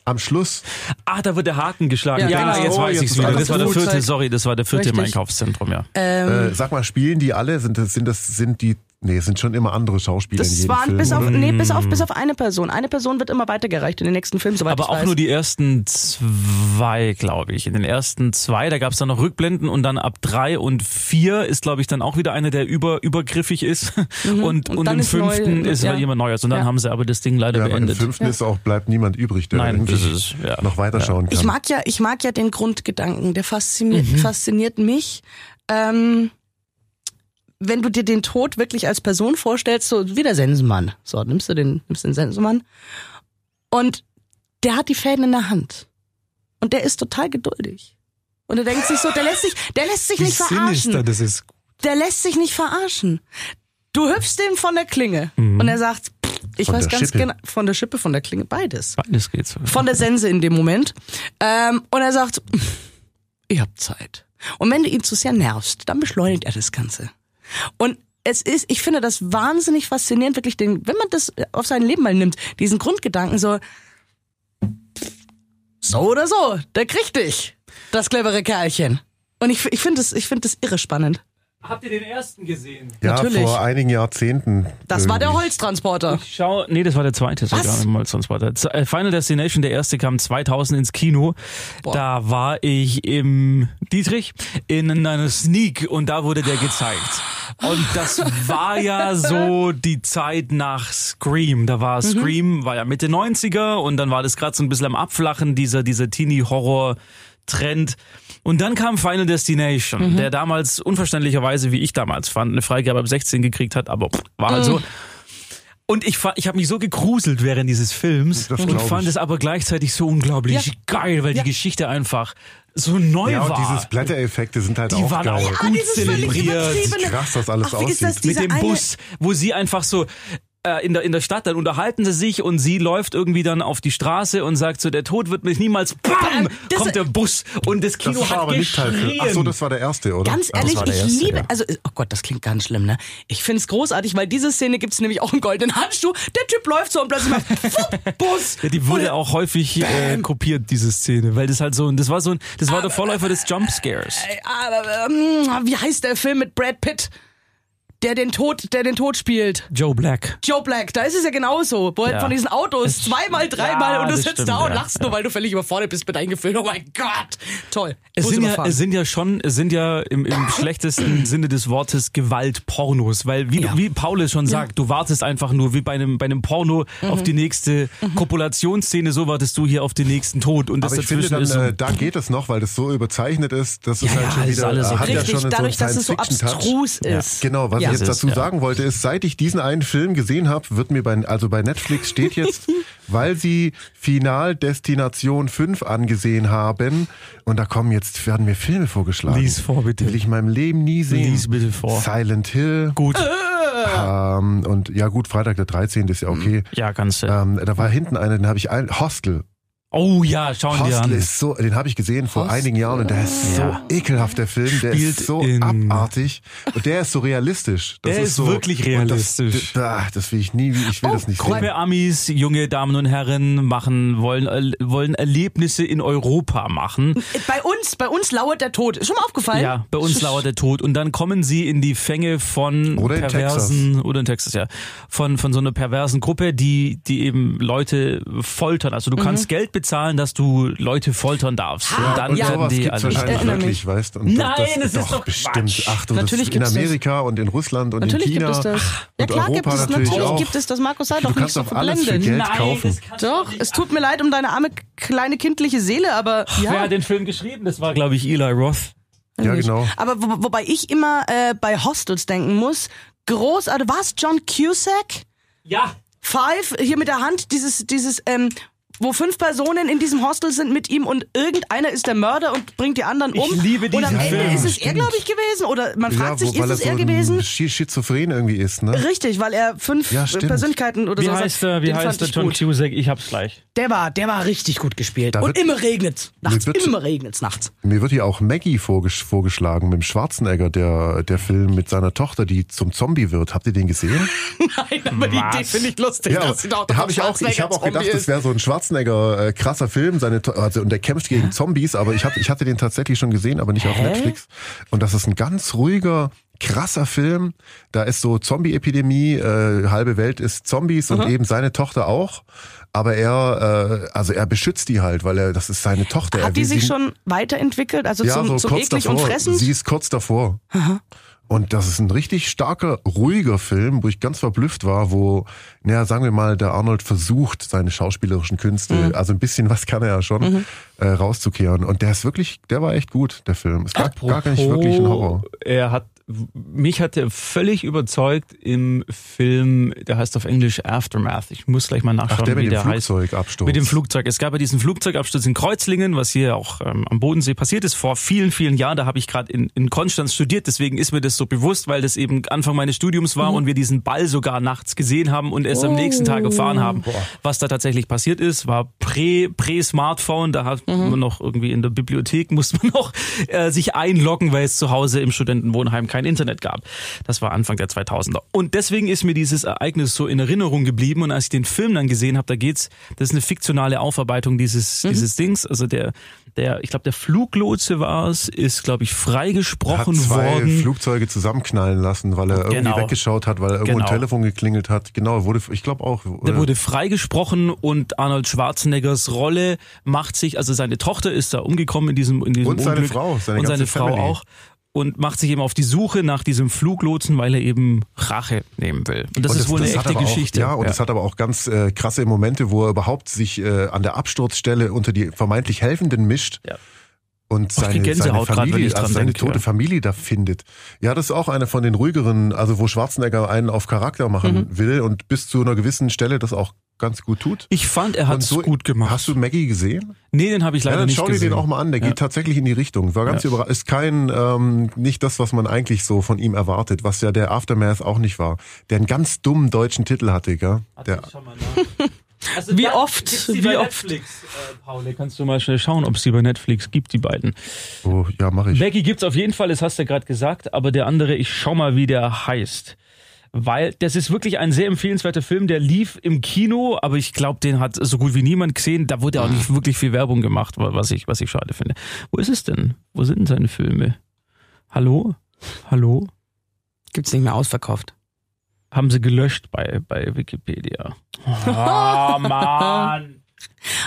F: Am Schluss.
D: Ah, da wird der Haken geschlagen.
E: Ja,
D: Ja,
E: genau.
D: jetzt
F: Oh,
D: weiß
F: jetzt
D: ich es
F: ist
D: wieder.
F: alles
D: Das war der
E: gut.
D: vierte, sorry, das war der vierte im
E: Richtig.
D: Einkaufszentrum, ja.
E: Mhm.
F: Äh, sag mal, spielen die alle? Sind das, sind das, sind die, nee, es sind schon immer andere Schauspieler in
E: das
F: jedem
E: waren
F: Film,
E: bis auf,
F: oder?
E: nee, bis auf, bis auf eine Person. Eine Person wird immer weitergereicht in den nächsten Film, soweit
D: Mhm. Aber
E: ich
D: auch
E: weiß.
D: nur die ersten zwei, glaube ich. In den ersten zwei, da gab es dann noch Rückblenden und dann ab drei und vier ist, glaube ich, dann auch wieder einer, der über, übergriffig ist. Mhm. Und,
E: Und
D: und,
E: dann
D: im
E: ist neu-
D: fünften ist
E: ja.
D: halt jemand Neues. Und dann
E: Ja.
D: haben sie aber das Ding leider
F: ja, aber im
D: beendet.
F: fünften ist auch, bleibt niemand übrig, der
D: Nein, das
F: irgendwie
D: ist- ja.
F: noch weiterschauen kann.
E: Ich mag ja, ich mag ja den Grundgedanken, der fasziniert,
D: Mhm.
E: fasziniert mich. Ähm, wenn du dir den Tod wirklich als Person vorstellst, so wie der Sensenmann. So, nimmst du den, nimmst den Sensenmann. Und der hat die Fäden in der Hand. Und der ist total geduldig. Und er denkt sich so, der lässt sich, der lässt sich nicht verarschen.
D: das ist.
E: der lässt sich nicht verarschen. Du hüpfst dem von der Klinge und er sagt, pff, ich
F: Mhm. Von
E: weiß
F: der
E: ganz
F: Schippe.
E: genau, von der Schippe, von der Klinge, beides.
D: Beides geht so.
E: Von der Sense in dem Moment. Ähm, und er sagt, ihr habt Zeit. Und wenn du ihn zu sehr nervst, dann beschleunigt er das Ganze. Und es ist, ich finde das wahnsinnig faszinierend, wirklich den, wenn man das auf sein Leben mal nimmt, diesen Grundgedanken so, so oder so, der kriegt dich, das clevere Kerlchen. Und ich, ich finde das, ich finde das irre spannend.
D: Habt ihr den ersten gesehen?
F: ja,
E: natürlich.
F: vor einigen Jahrzehnten.
E: Das war der
F: irgendwie.
E: Holztransporter.
D: Ich schau, nee, das war der zweite sogar. Mal, sonst war der, Z- äh, Final Destination, der erste kam 2000 ins Kino.
E: Boah.
D: Da war ich im Dietrich in einer Sneak und da wurde der gezeigt. Und das war ja so die Zeit nach Scream. Da war Scream, war ja Mitte 90er und dann war das gerade so ein bisschen am Abflachen, dieser, dieser Teenie-Horror. Trend. Und dann kam Final
E: Mhm.
D: Destination, der damals unverständlicherweise, wie ich damals fand, eine Freigabe ab 16 gekriegt hat, aber pff, war halt
E: Mhm.
D: so. Und ich, fa- ich habe mich so gegruselt während dieses Films
F: Das
D: und
F: glaub
D: fand
F: ich.
D: es aber gleichzeitig so unglaublich
E: Ja.
D: geil, weil
E: Ja.
D: die Geschichte einfach so neu
F: Ja, und
D: war.
F: diese Splatter-Effekte sind halt
D: Die
F: auch
D: waren
F: geil.
D: auch
E: Ah,
D: gut
E: dieses völlig
D: zelebriert.
E: übertriebene.
F: Krass, dass alles
E: Ach, wie Ist das
F: aussieht.
D: mit
E: diese
D: dem
E: eine,
D: Bus, wo sie einfach so äh, in, der, in der Stadt, dann unterhalten sie sich und sie läuft irgendwie dann auf die Straße und sagt so, der Tod wird mich niemals, BAM,
E: Bam, Äh, das-
D: kommt der Bus und das Kino
F: Das war
D: hat
F: aber nicht Teil 4.
D: geschrien.
F: Achso, das war der erste, oder?
E: Ganz
F: Ah, das
E: ehrlich,
F: war der
E: ich
F: erste,
E: liebe,
F: ja.
E: also, oh Gott, das klingt ganz schlimm, ne? Ich find's großartig, weil diese Szene gibt's nämlich auch einen goldenen Handschuh. Der Typ läuft so und plötzlich macht *laughs* fupp, Bus.
D: ja, die wurde auch häufig äh, kopiert, diese Szene, weil das halt so, ein- das war so, ein, das war der Vorläufer des Jumpscares.
E: Ey, ah, ähm, wie heißt der Film mit Brad Pitt? Der den Tod, der den Tod spielt.
D: Joe Black.
E: Joe Black, da ist es ja genauso. Wo er
D: Ja.
E: von diesen Autos zweimal, dreimal
D: Ja,
E: und du
D: das
E: sitzt
D: stimmt,
E: da und
D: ja.
E: lachst nur, weil du völlig überfordert bist mit deinen Gefühlen. Oh mein Gott. Toll.
D: Es
E: Bus
D: sind, ja,
E: überfahren.
D: es sind ja schon, es sind ja im, im schlechtesten Sinne des Wortes Gewaltpornos, weil wie,
E: Ja.
D: wie Paulus schon sagt, du wartest einfach nur wie bei einem, bei einem Porno auf die nächste Kopulationsszene, so wartest du hier auf den nächsten Tod und das
F: Aber ich finde,
D: Also dazwischen
F: dann,
D: ist so,
F: äh, da geht es noch, weil das so überzeichnet ist, dass es
D: Ja,
F: halt
D: ja,
F: schon
D: ist
F: wieder,
D: alles so
F: hat ja
E: Richtig,
F: schon einen
E: dadurch,
F: so einen
E: dass es so
F: Science-Fiction-Touch.
E: abstrus ist.
F: Genau, was
E: Ja.
F: ich jetzt
D: Das ist-
F: dazu
D: ja.
F: sagen wollte, ist, seit ich diesen einen Film gesehen habe, wird mir bei, also bei Netflix steht
D: *laughs*
F: jetzt, weil sie Final Destination 5 angesehen haben und da kommen jetzt, werden mir Filme vorgeschlagen.
D: Lies vor, bitte.
F: Will ich in meinem Leben nie sehen. Äh.
D: Lies bitte vor.
F: Silent Hill.
D: gut.
F: Ähm, und ja gut, Freitag der 13. ist ja okay.
D: Ja, kannst du.
F: Ähm, da war hinten einer, den habe ich ein Hostel.
D: oh ja, schauen wir
F: Hostel
D: an.
F: ist so, den habe ich gesehen vor
E: Hostel.
F: einigen Jahren und der ist so
D: Ja.
F: ekelhaft, der Film. Der
D: Spielt
F: ist so
D: in-
F: abartig. Und der ist so realistisch. Das
D: Der
F: ist
D: ist
F: so,
D: wirklich
F: und das-
D: realistisch.
F: Das, ah, das will ich nie, ich will
E: Oh
F: das nicht sehen.
D: Gruppe Amis, junge Damen und Herren machen, wollen, erl- wollen Erlebnisse in Europa machen.
E: Bei uns, bei uns lauert der Tod. Ist schon mal aufgefallen?
D: Ja, bei uns lauert der Tod. Und dann kommen sie in die Fänge von
F: Oder in
D: perversen, oder in Texas, ja, von, von so einer perversen Gruppe, die, die eben Leute foltern. Also du kannst Geld bezahlen, dass du Leute foltern darfst. und dann
F: und
E: ja,
D: werden
F: sowas
D: die
F: gibt's
D: alle.
F: wahrscheinlich
E: erinnere mich.
F: wirklich, weißt du? Und
D: Nein, das ist doch
F: bestimmt.
D: Quatsch.
F: Ach du,
E: Natürlich
F: das in
E: gibt's das.
F: Amerika und in Russland und
E: Natürlich
F: in China.
E: gibt es das. Ja,
F: Und
E: klar
F: Europa
E: gibt es das.
F: natürlich,
E: Natürlich
F: auch.
E: gibt es das. Markus, sei
F: Du
E: doch nicht
F: kannst
E: so
F: auf alles für
E: verblendet.
F: Geld
D: Nein,
F: kaufen.
D: das kannst du
E: Doch,
D: nicht
E: es tut mir leid um deine arme, kleine, kindliche Seele, aber
D: Wer
E: ja.
D: hat den Film geschrieben? Das war, glaube ich, Eli Roth.
F: Ja, genau.
E: Aber wo, wobei ich immer äh, bei Hostels denken muss, großartig, was, John Cusack?
D: Ja.
E: Five, hier mit der Hand, dieses, dieses, ähm, wo fünf Personen in diesem Hostel sind mit ihm und irgendeiner ist der Mörder und bringt die anderen um.
D: liebe
E: und am
D: diesen
E: Ende
D: Film,
E: ist es er,
D: stimmt.
E: glaube ich, gewesen. Oder man fragt
F: ja,
E: sich,
F: wo, weil
E: ist es
F: er
E: er
F: so
E: gewesen?
F: ein Schi- Schizophren irgendwie ist, ne?
E: Richtig, weil er fünf
F: Ja, stimmt.
E: Persönlichkeiten oder
D: Wie
E: so
D: heißt der, wie
E: den
D: heißt
E: fand
D: der
E: ich
D: John
E: gut.
D: Cusack? Ich hab's gleich.
E: Der war, der war richtig gut gespielt.
F: Da
E: und
F: wird-
E: immer regnet's. Nachts,
F: Mir wird-
E: immer regnet's nachts. *laughs*
F: Mir wird hier auch Maggie vorgesch vorgeschlagen mit dem Schwarzenegger, der, der Film mit seiner Tochter, die zum Zombie wird. Habt ihr den gesehen?
E: Nein, aber
D: Was?
E: die Idee finde *laughs* ich lustig.
F: Ja,
E: dass sie da
F: da habe ich auch, ich habe auch gedacht, das wäre so ein Schwarzenegger äh, krasser Film, seine To- also und der kämpft gegen Zombies, aber ich hab, ich hatte den tatsächlich schon gesehen, aber nicht auf Netflix. Und das ist ein ganz ruhiger krasser Film. Da ist so Zombie-Epidemie, äh, halbe Welt ist Zombies und eben seine Tochter auch. Aber er, äh, also er beschützt die halt, weil er, das ist seine Tochter. er
E: Hat die
F: will
E: sich
F: sie-
E: schon weiterentwickelt? Also
F: ja,
E: zum,
F: so
E: zum
F: kurz
E: eklig
F: davor.
E: und fressen?
F: Sie ist kurz davor. Und das ist ein richtig starker, ruhiger Film, wo ich ganz verblüfft war, wo, naja, sagen wir mal, der Arnold versucht, seine schauspielerischen Künste,
D: Mhm.
F: also ein bisschen was kann er ja schon, äh, rauszukehren. Und der ist wirklich, der war echt gut, der Film. Ist gar, gar nicht wirklich ein Horror.
D: Er hat, mich hat er völlig überzeugt im Film, der heißt auf Englisch Aftermath. Ich muss gleich mal nachschauen,
F: Ach, der
D: wie
F: mit dem
D: der heißt.
F: Flugzeugabsturz.
D: Mit dem Flugzeug. Es gab ja diesen Flugzeugabsturz in Kreuzlingen, was hier auch ähm, am Bodensee passiert ist, vor vielen, vielen Jahren. Da habe ich gerade in, in Konstanz studiert, deswegen ist mir das so bewusst, weil das eben Anfang meines Studiums
F: Mhm.
D: war und wir diesen Ball sogar nachts gesehen haben und erst am nächsten Tag
F: Oh.
D: erfahren haben, was da tatsächlich passiert ist. War prä- prä-Smartphone, da hat
F: Mhm.
D: man noch irgendwie in der Bibliothek, *laughs* musste man noch äh, sich einloggen, weil es zu Hause im Studentenwohnheim kein Internet gab. Das war Anfang der 2000er. Und deswegen ist mir dieses Ereignis so in Erinnerung geblieben. Und als ich den Film dann gesehen habe, da geht's, das ist eine fiktionale Aufarbeitung
F: Mhm.
D: dieses, dieses Dings. Also der, der, ich glaube, der Fluglotse war es, ist, glaube ich,
F: hat
D: freigesprochen
F: zwei
D: worden.
F: Flugzeuge zusammenknallen lassen, weil er irgendwie
D: Genau.
F: weggeschaut hat, weil er irgendwo
D: Genau.
F: ein Telefon geklingelt hat. Genau, er wurde, ich glaube auch.
D: Der
F: äh,
D: wurde freigesprochen und Arnold Schwarzeneggers Rolle macht sich, also seine Tochter ist da umgekommen in diesem, in diesem
F: Und seine
D: Unglück.
F: Frau, seine
D: und seine
F: ganze
D: Frau
F: Family.
D: auch. Und macht sich eben auf die Suche nach diesem Fluglotsen, weil er eben Rache nehmen will. Und das,
F: Und
D: ist wohl eine
F: hat
D: echte
F: aber
D: Geschichte.
F: Auch, ja, und es hat aber auch ganz äh, krasse Momente, wo er überhaupt sich äh, an der Absturzstelle unter die vermeintlich Helfenden mischt.
D: Ja.
F: und
D: ich krieg
F: seine, seine
D: Gänsehaut grad, wenn
F: Familie,
D: ich dran
F: also seine
D: denke,
F: tote
D: ja.
F: Familie da findet. Ja, das ist auch eine von den ruhigeren, also wo Schwarzenegger einen auf Charakter machen
D: Mhm.
F: will und bis zu einer gewissen Stelle das auch ganz gut tut.
D: Ich fand, er
F: Und
D: hat's
F: so-
D: gut gemacht.
F: Hast du Maggie gesehen?
D: nee, den habe ich
F: Ja,
D: leider
F: dann
D: nicht
F: schau dir
D: gesehen.
F: den auch mal an. Der
D: Ja.
F: geht tatsächlich in die Richtung. War ganz überrascht. Ist kein, ähm, nicht das, was man eigentlich so von ihm erwartet, was ja der Aftermath auch nicht war. Der einen ganz dummen deutschen Titel hatte, gell? Der,
D: Also
E: Wie
D: da
E: oft?
D: gibt's die
E: Wie
D: bei
E: oft?
D: Netflix, äh, Paul, kannst du mal schnell schauen, ob es die bei Netflix gibt, die beiden.
F: oh, ja, mach ich.
D: Becky gibt's auf jeden Fall, das hast du gerade gesagt, aber der andere, ich schau mal, wie der heißt. Weil das ist wirklich ein sehr empfehlenswerter Film, der lief im Kino, aber ich glaube, den hat so gut wie niemand gesehen. Da wurde auch nicht wirklich viel Werbung gemacht, wa- was ich, was ich schade finde. Wo ist es denn? Wo sind denn seine Filme? Hallo? Hallo?
E: Gibt's nicht mehr ausverkauft.
D: Haben sie gelöscht bei, bei Wikipedia. *laughs* Oh, Mann.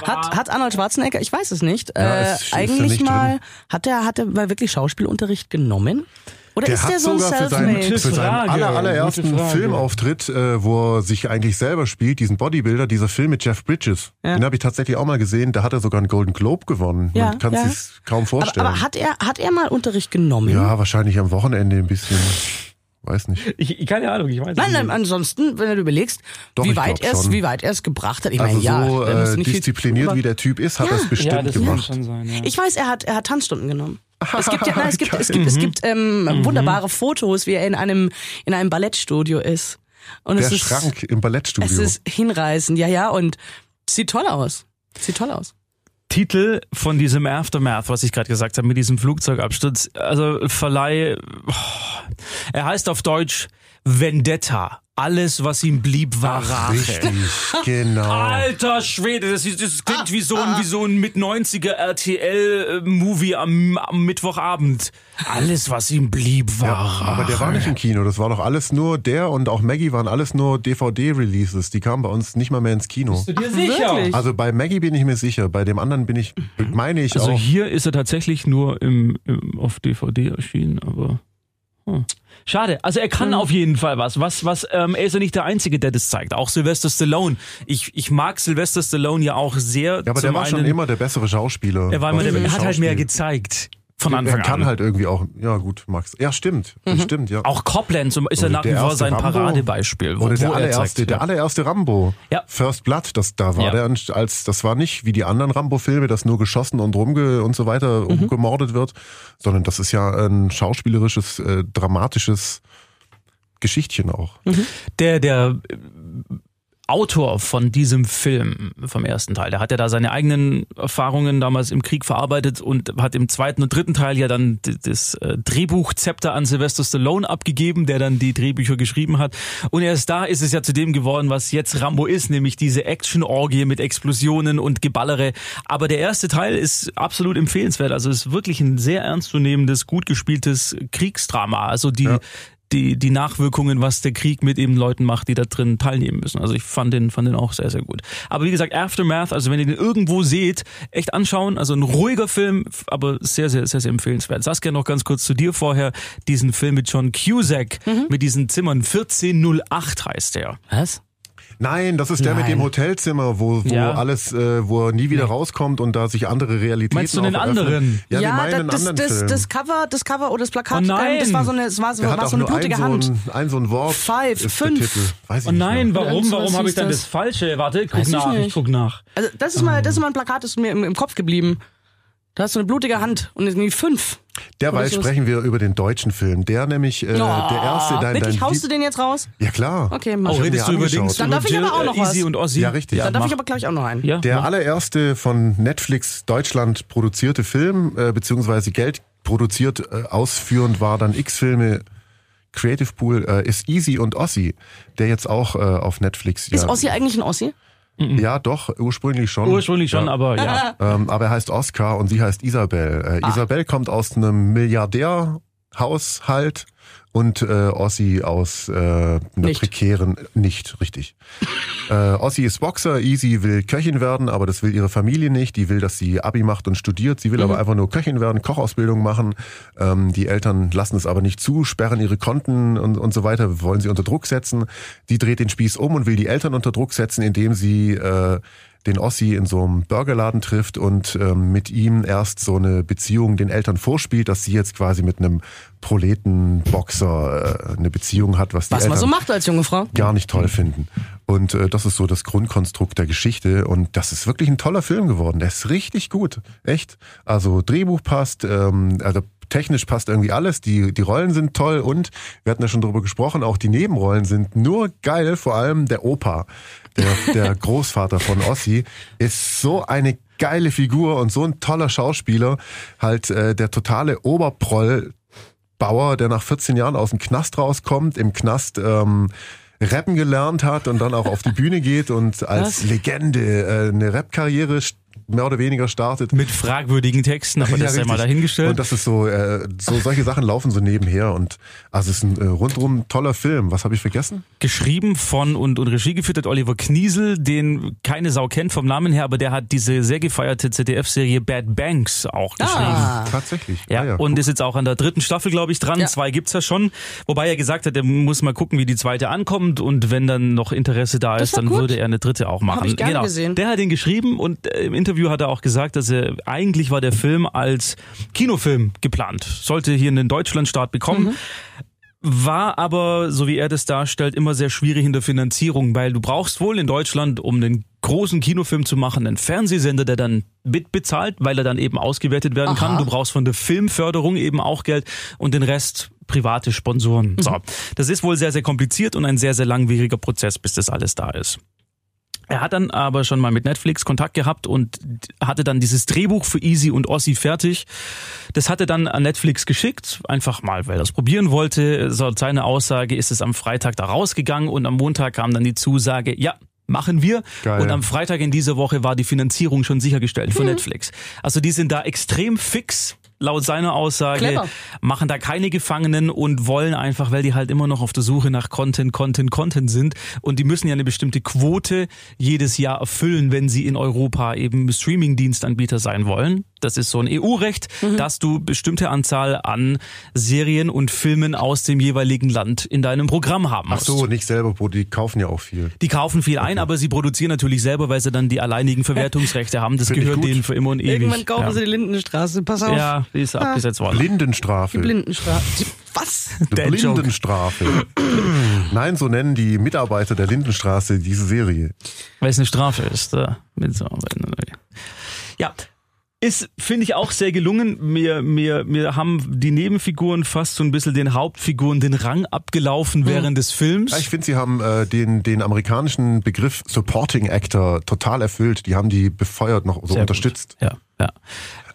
E: Hat, hat Arnold Schwarzenegger, ich weiß es nicht,
F: Ja,
E: äh,
F: es ist da
E: eigentlich
F: nicht
E: mal, hat er, hat er mal wirklich Schauspielunterricht genommen? Oder
F: Der
E: ist
F: hat
E: der so ein
F: sogar für seinen,
E: Selfmade?
D: Gute
F: für seinen
D: Frage,
F: aller, allerersten
D: gute Frage.
F: Filmauftritt, äh, wo er sich eigentlich selber spielt, diesen Bodybuilder, dieser Film mit Jeff Bridges.
E: Ja.
F: Den habe ich tatsächlich auch mal gesehen. Da hat er sogar einen Golden Globe gewonnen.
E: Ja,
F: Man kann
E: ja.
F: sich's kaum
E: Aber,
F: vorstellen.
E: aber hat er, hat er mal Unterricht genommen?
F: ja, wahrscheinlich am Wochenende ein bisschen. Weiß nicht.
D: Ich, ich- keine Ahnung, ich weiß es
E: Nein,
D: nicht.
E: nein, ansonsten, wenn du überlegst,
F: Mhm. Doch,
E: wie
F: ich
E: weit
F: glaub
E: er's,
F: schon.
E: wie weit er es gebracht hat. Ich meine,
F: Also
E: ja,
F: so
E: da musst du
F: äh,
E: nicht viel-
F: diszipliniert wie der Typ ist, hat
E: Ja.
F: das bestimmt
D: ja, das kann
F: gemacht.
D: schon sein. Ja.
E: Ich weiß, er hat, er hat Tanzstunden genommen. Es gibt
F: *laughs*
E: ja, nein, es gibt, es gibt, es gibt ähm,
F: Mhm.
E: wunderbare Fotos, wie er in einem, in einem Ballettstudio ist. Und
F: Der
E: es ist,
F: Schrank im Ballettstudio.
E: es ist hinreißend, ja, ja, und sieht toll aus. Sieht toll aus.
D: Titel von diesem Aftermath, was ich gerade gesagt habe, mit diesem Flugzeugabsturz, also Verleih, oh, er heißt auf Deutsch Vendetta. Alles, was ihm blieb, war Rache. *laughs*
F: Richtig, genau.
D: Alter Schwede, das, ist- das klingt wie so ein, wie so ein mit 90er RTL-Movie am, am Mittwochabend. Alles, was ihm blieb, war Rache.
F: Aber der war nicht im Kino, das war doch alles nur der und auch Maggie waren alles nur DVD-Releases. Die kamen bei uns nicht mal mehr ins Kino.
D: dir sicher?
E: Wirklich?
F: Also bei Maggie bin ich mir sicher, bei dem anderen bin ich, meine ich
D: Also
F: auch.
D: hier ist er tatsächlich nur im, im, auf DVD erschienen, aber. Hm. Schade. Also er kann auf jeden Fall was. Was, was, ähm, er ist ja nicht der Einzige, der das zeigt. Auch Sylvester Stallone. Ich, ich mag Sylvester Stallone ja auch sehr.
F: Ja, aber der
D: Zum
F: war schon
D: einen-
F: immer der bessere Schauspieler.
D: Er war immer
F: Was
D: der,
F: für ein
D: er hat halt mehr
F: Schauspiel.
D: gezeigt. Von
F: Er
D: Anfang
F: kann
D: an. Mhm.
F: halt irgendwie auch, ja gut, Max. Ja, stimmt, das stimmt, ja.
D: Auch Copland zum- ist ja
F: Oder
D: nach wie
F: der
D: vor
F: erste
D: sein
F: Rambo.
D: Paradebeispiel. Wo,
F: Oder der
D: wo er
F: allererste,
D: zeigt, ja.
F: der allererste Rambo.
D: Ja.
F: First Blood, das da war
D: Ja.
F: der anst- als das war nicht wie die anderen Rambo-Filme, dass nur geschossen und rumge und so weiter
D: Mhm.
F: umgemordet wird, sondern das ist ja ein schauspielerisches, äh, dramatisches Geschichtchen auch.
D: Mhm. der, der äh, Autor von diesem Film, vom ersten Teil, der hat ja da seine eigenen Erfahrungen damals im Krieg verarbeitet und hat im zweiten und dritten Teil ja dann d- das äh, Drehbuchzepter an Sylvester Stallone abgegeben, der dann die Drehbücher geschrieben hat. Und erst da ist es ja zu dem geworden, was jetzt Rambo ist, nämlich diese Action-Orgie mit Explosionen und Geballere. Aber der erste Teil ist absolut empfehlenswert. Also ist wirklich ein sehr ernstzunehmendes, gut gespieltes Kriegsdrama. Also die, die, die Nachwirkungen, was der Krieg mit eben Leuten macht, die da drin teilnehmen müssen. Also ich fand den, fand den auch sehr, sehr gut. Aber wie gesagt, Aftermath, also wenn ihr den irgendwo seht, echt anschauen. Also ein ruhiger Film, f- aber sehr, sehr, sehr, sehr empfehlenswert. Saskia, noch ganz kurz zu dir vorher, diesen Film mit John Cusack, mit diesen Zimmern. 1408 heißt der.
E: Was?
F: Nein, das ist der mit
E: Nein.
F: dem Hotelzimmer, wo, wo
D: Ja.
F: alles, äh, wo er nie wieder rauskommt und da sich andere Realitäten
D: Meinst du den
F: auch
D: anderen?
F: eröffnen. Ja, wir
E: da-
F: meinen
E: das,
F: einen anderen
E: das,
F: Film.
E: das Cover, das Cover oder das Plakat,
D: Oh nein!
E: ähm, das war so eine, das war, so-
F: der hat
E: war
F: auch
E: so eine
F: nur
E: blutige
F: ein,
E: Hand.
F: So ein, ein so ein Wort.
E: Five,
F: ist
E: fünf.
F: Der Titel. Weiß ich
D: Oh
F: nicht mehr.
D: nein,
E: Irgend
D: warum?
E: sowas
D: Warum habe ich
E: hieß
D: dann
E: das.
D: das Falsche? Warte, guck
E: Weiß ich
D: nach, ich
E: nicht.
D: guck nach. Oh,
E: Also das ist mal, das ist mal ein Plakat, das ist mir im, im Kopf geblieben. Da hast du eine blutige Hand und irgendwie fünf.
F: Derweil
E: Oder sowas.
F: sprechen wir über den deutschen Film. Der nämlich, äh, der erste,
E: Oh,
F: dein,
E: Wirklich,
F: dein
E: haust du
F: Lieb-
E: den jetzt raus?
F: Ja klar.
E: Okay, mach.
F: Ich hab
D: redest
F: mir
D: du über
F: angeschaut.
D: Dings?
E: Dann
D: über
E: darf ich
D: Jill,
E: aber auch noch
D: äh, Easy
E: was.
D: und Ozzy?
F: Ja, richtig.
D: Oh, Ja,
E: Dann darf
D: mach.
E: ich aber, glaube ich, auch noch einen.
D: ja,
F: Der
D: mach.
F: allererste von Netflix Deutschland produzierte Film, äh, beziehungsweise Geld produziert, äh, ausführend war dann X-Filme Creative Pool, äh, ist Easy und Ossi, der jetzt auch äh, auf Netflix.
E: Ist
F: ja,
E: Ossi eigentlich ein Ossi?
F: Ja, doch, ursprünglich schon.
D: Ursprünglich schon,
F: ja.
D: aber ja.
E: *laughs*
F: Ähm, aber er heißt Oscar und sie heißt Isabel. Äh, Isabel kommt aus einem Milliardärhaushalt und äh, Ossi aus äh, einer
E: Nicht.
F: prekären, nicht richtig. äh, Ossi ist Boxer, Easy will Köchin werden, aber das will ihre Familie nicht. Die will, dass sie Abi macht und studiert. Sie will
E: Mhm.
F: aber einfach nur Köchin werden, Kochausbildung machen. Ähm, die Eltern lassen es aber nicht zu, sperren ihre Konten und, und so weiter, wollen sie unter Druck setzen. Die dreht den Spieß um und will die Eltern unter Druck setzen, indem sie äh, den Ossi in so einem Burgerladen trifft und ähm, mit ihm erst so eine Beziehung den Eltern vorspielt, dass sie jetzt quasi mit einem Proletenboxer äh, eine Beziehung hat, was die
E: Was
F: Eltern
E: man so macht als junge Frau.
F: gar nicht toll finden. Und äh, das ist so das Grundkonstrukt der Geschichte. Und das ist wirklich ein toller Film geworden. Der ist richtig gut. Echt. Also Drehbuch passt, ähm, also technisch passt irgendwie alles. Die, die Rollen sind toll und wir hatten ja schon drüber gesprochen, auch die Nebenrollen sind nur geil, vor allem der Opa. Der, der Großvater von Ossi ist so eine geile Figur und so ein toller Schauspieler. Halt äh, der totale Oberproll, Bauer, der nach 14 Jahren aus dem Knast rauskommt, im Knast ähm, rappen gelernt hat und dann auch auf die Bühne geht und als Legende äh, eine Rap-Karriere st- mehr oder weniger startet.
D: Mit fragwürdigen Texten, aber das sei
F: richtig.
D: mal dahingestellt.
F: Und das ist so, äh, so, solche Sachen laufen so nebenher und also es ist ein äh, rundum toller Film. Was habe ich vergessen?
D: geschrieben von und, und Regie geführt hat Oliver Kniesel, den keine Sau kennt vom Namen her, aber der hat diese sehr gefeierte ZDF-Serie Bad Banks auch
E: Ah.
D: geschrieben.
F: Tatsächlich.
D: Ja,
F: Ah ja,
D: und ist jetzt auch an der dritten Staffel, glaube ich, dran.
E: Ja.
D: Zwei gibt's ja schon. Wobei er gesagt hat, er muss mal gucken, wie die zweite ankommt und wenn dann noch Interesse da
E: Das
D: ist,
E: war
D: dann
E: gut.
D: würde er eine dritte auch machen.
E: Hab ich gerne
D: genau.
E: gesehen.
D: Der hat ihn geschrieben und äh, im Interview hat er auch gesagt, dass er eigentlich war der Film als Kinofilm geplant. Sollte hier einen Deutschlandstart
E: Mhm.
D: bekommen. War aber, so wie er das darstellt, immer sehr schwierig in der Finanzierung, weil du brauchst wohl in Deutschland, um einen großen Kinofilm zu machen, einen Fernsehsender, der dann mitbezahlt, weil er dann eben ausgewertet werden kann. Du brauchst von der Filmförderung eben auch Geld und den Rest private Sponsoren.
E: Mhm.
D: So, das ist wohl sehr, sehr kompliziert und ein sehr, sehr langwieriger Prozess, bis das alles da ist. Er hat dann aber schon mal mit Netflix Kontakt gehabt und hatte dann dieses Drehbuch für Easy und Ossi fertig. Das hat er dann an Netflix geschickt, einfach mal, weil er es probieren wollte. So seine Aussage ist es am Freitag da rausgegangen und am Montag kam dann die Zusage, ja, machen wir.
F: Geil.
D: Und am Freitag in dieser Woche war die Finanzierung schon sichergestellt für Netflix. Also die sind da extrem fix. Laut seiner Aussage
E: Clever.
D: machen da keine Gefangenen und wollen einfach, weil die halt immer noch auf der Suche nach Content, Content, Content sind und die müssen ja eine bestimmte Quote jedes Jahr erfüllen, wenn sie in Europa eben Streaming-Dienstanbieter sein wollen. Das ist so ein EU-Recht, dass du bestimmte Anzahl an Serien und Filmen aus dem jeweiligen Land in deinem Programm haben
F: Ach
D: musst.
F: so, nicht selber, Bro, die kaufen ja auch viel.
D: Die kaufen viel ein, aber sie produzieren natürlich selber, weil sie dann die alleinigen Verwertungsrechte haben. Das
F: Find ich
D: gehört
F: gut.
D: denen für immer und ewig.
E: Irgendwann kaufen
D: ja.
E: sie die Lindenstraße. Pass auf.
D: Ja, die ist abgesetzt worden.
F: Blindenstrafe.
E: Lindenstraße. Was?
D: Dad Joke.
F: Blindenstrafe. Nein, so nennen die Mitarbeiter der Lindenstraße diese Serie.
D: weil es eine Strafe ist, äh, da mitzuarbeiten. Ja, ist, finde ich, auch sehr gelungen. Mir, mir, mir haben die Nebenfiguren fast so ein bisschen den Hauptfiguren den Rang abgelaufen während des Films.
F: Mhm. Ja, ich finde, sie haben äh, den, den amerikanischen Begriff Supporting Actor total erfüllt. Die haben die befeuert noch so
D: Sehr gut.
F: unterstützt.
D: Ja, ja.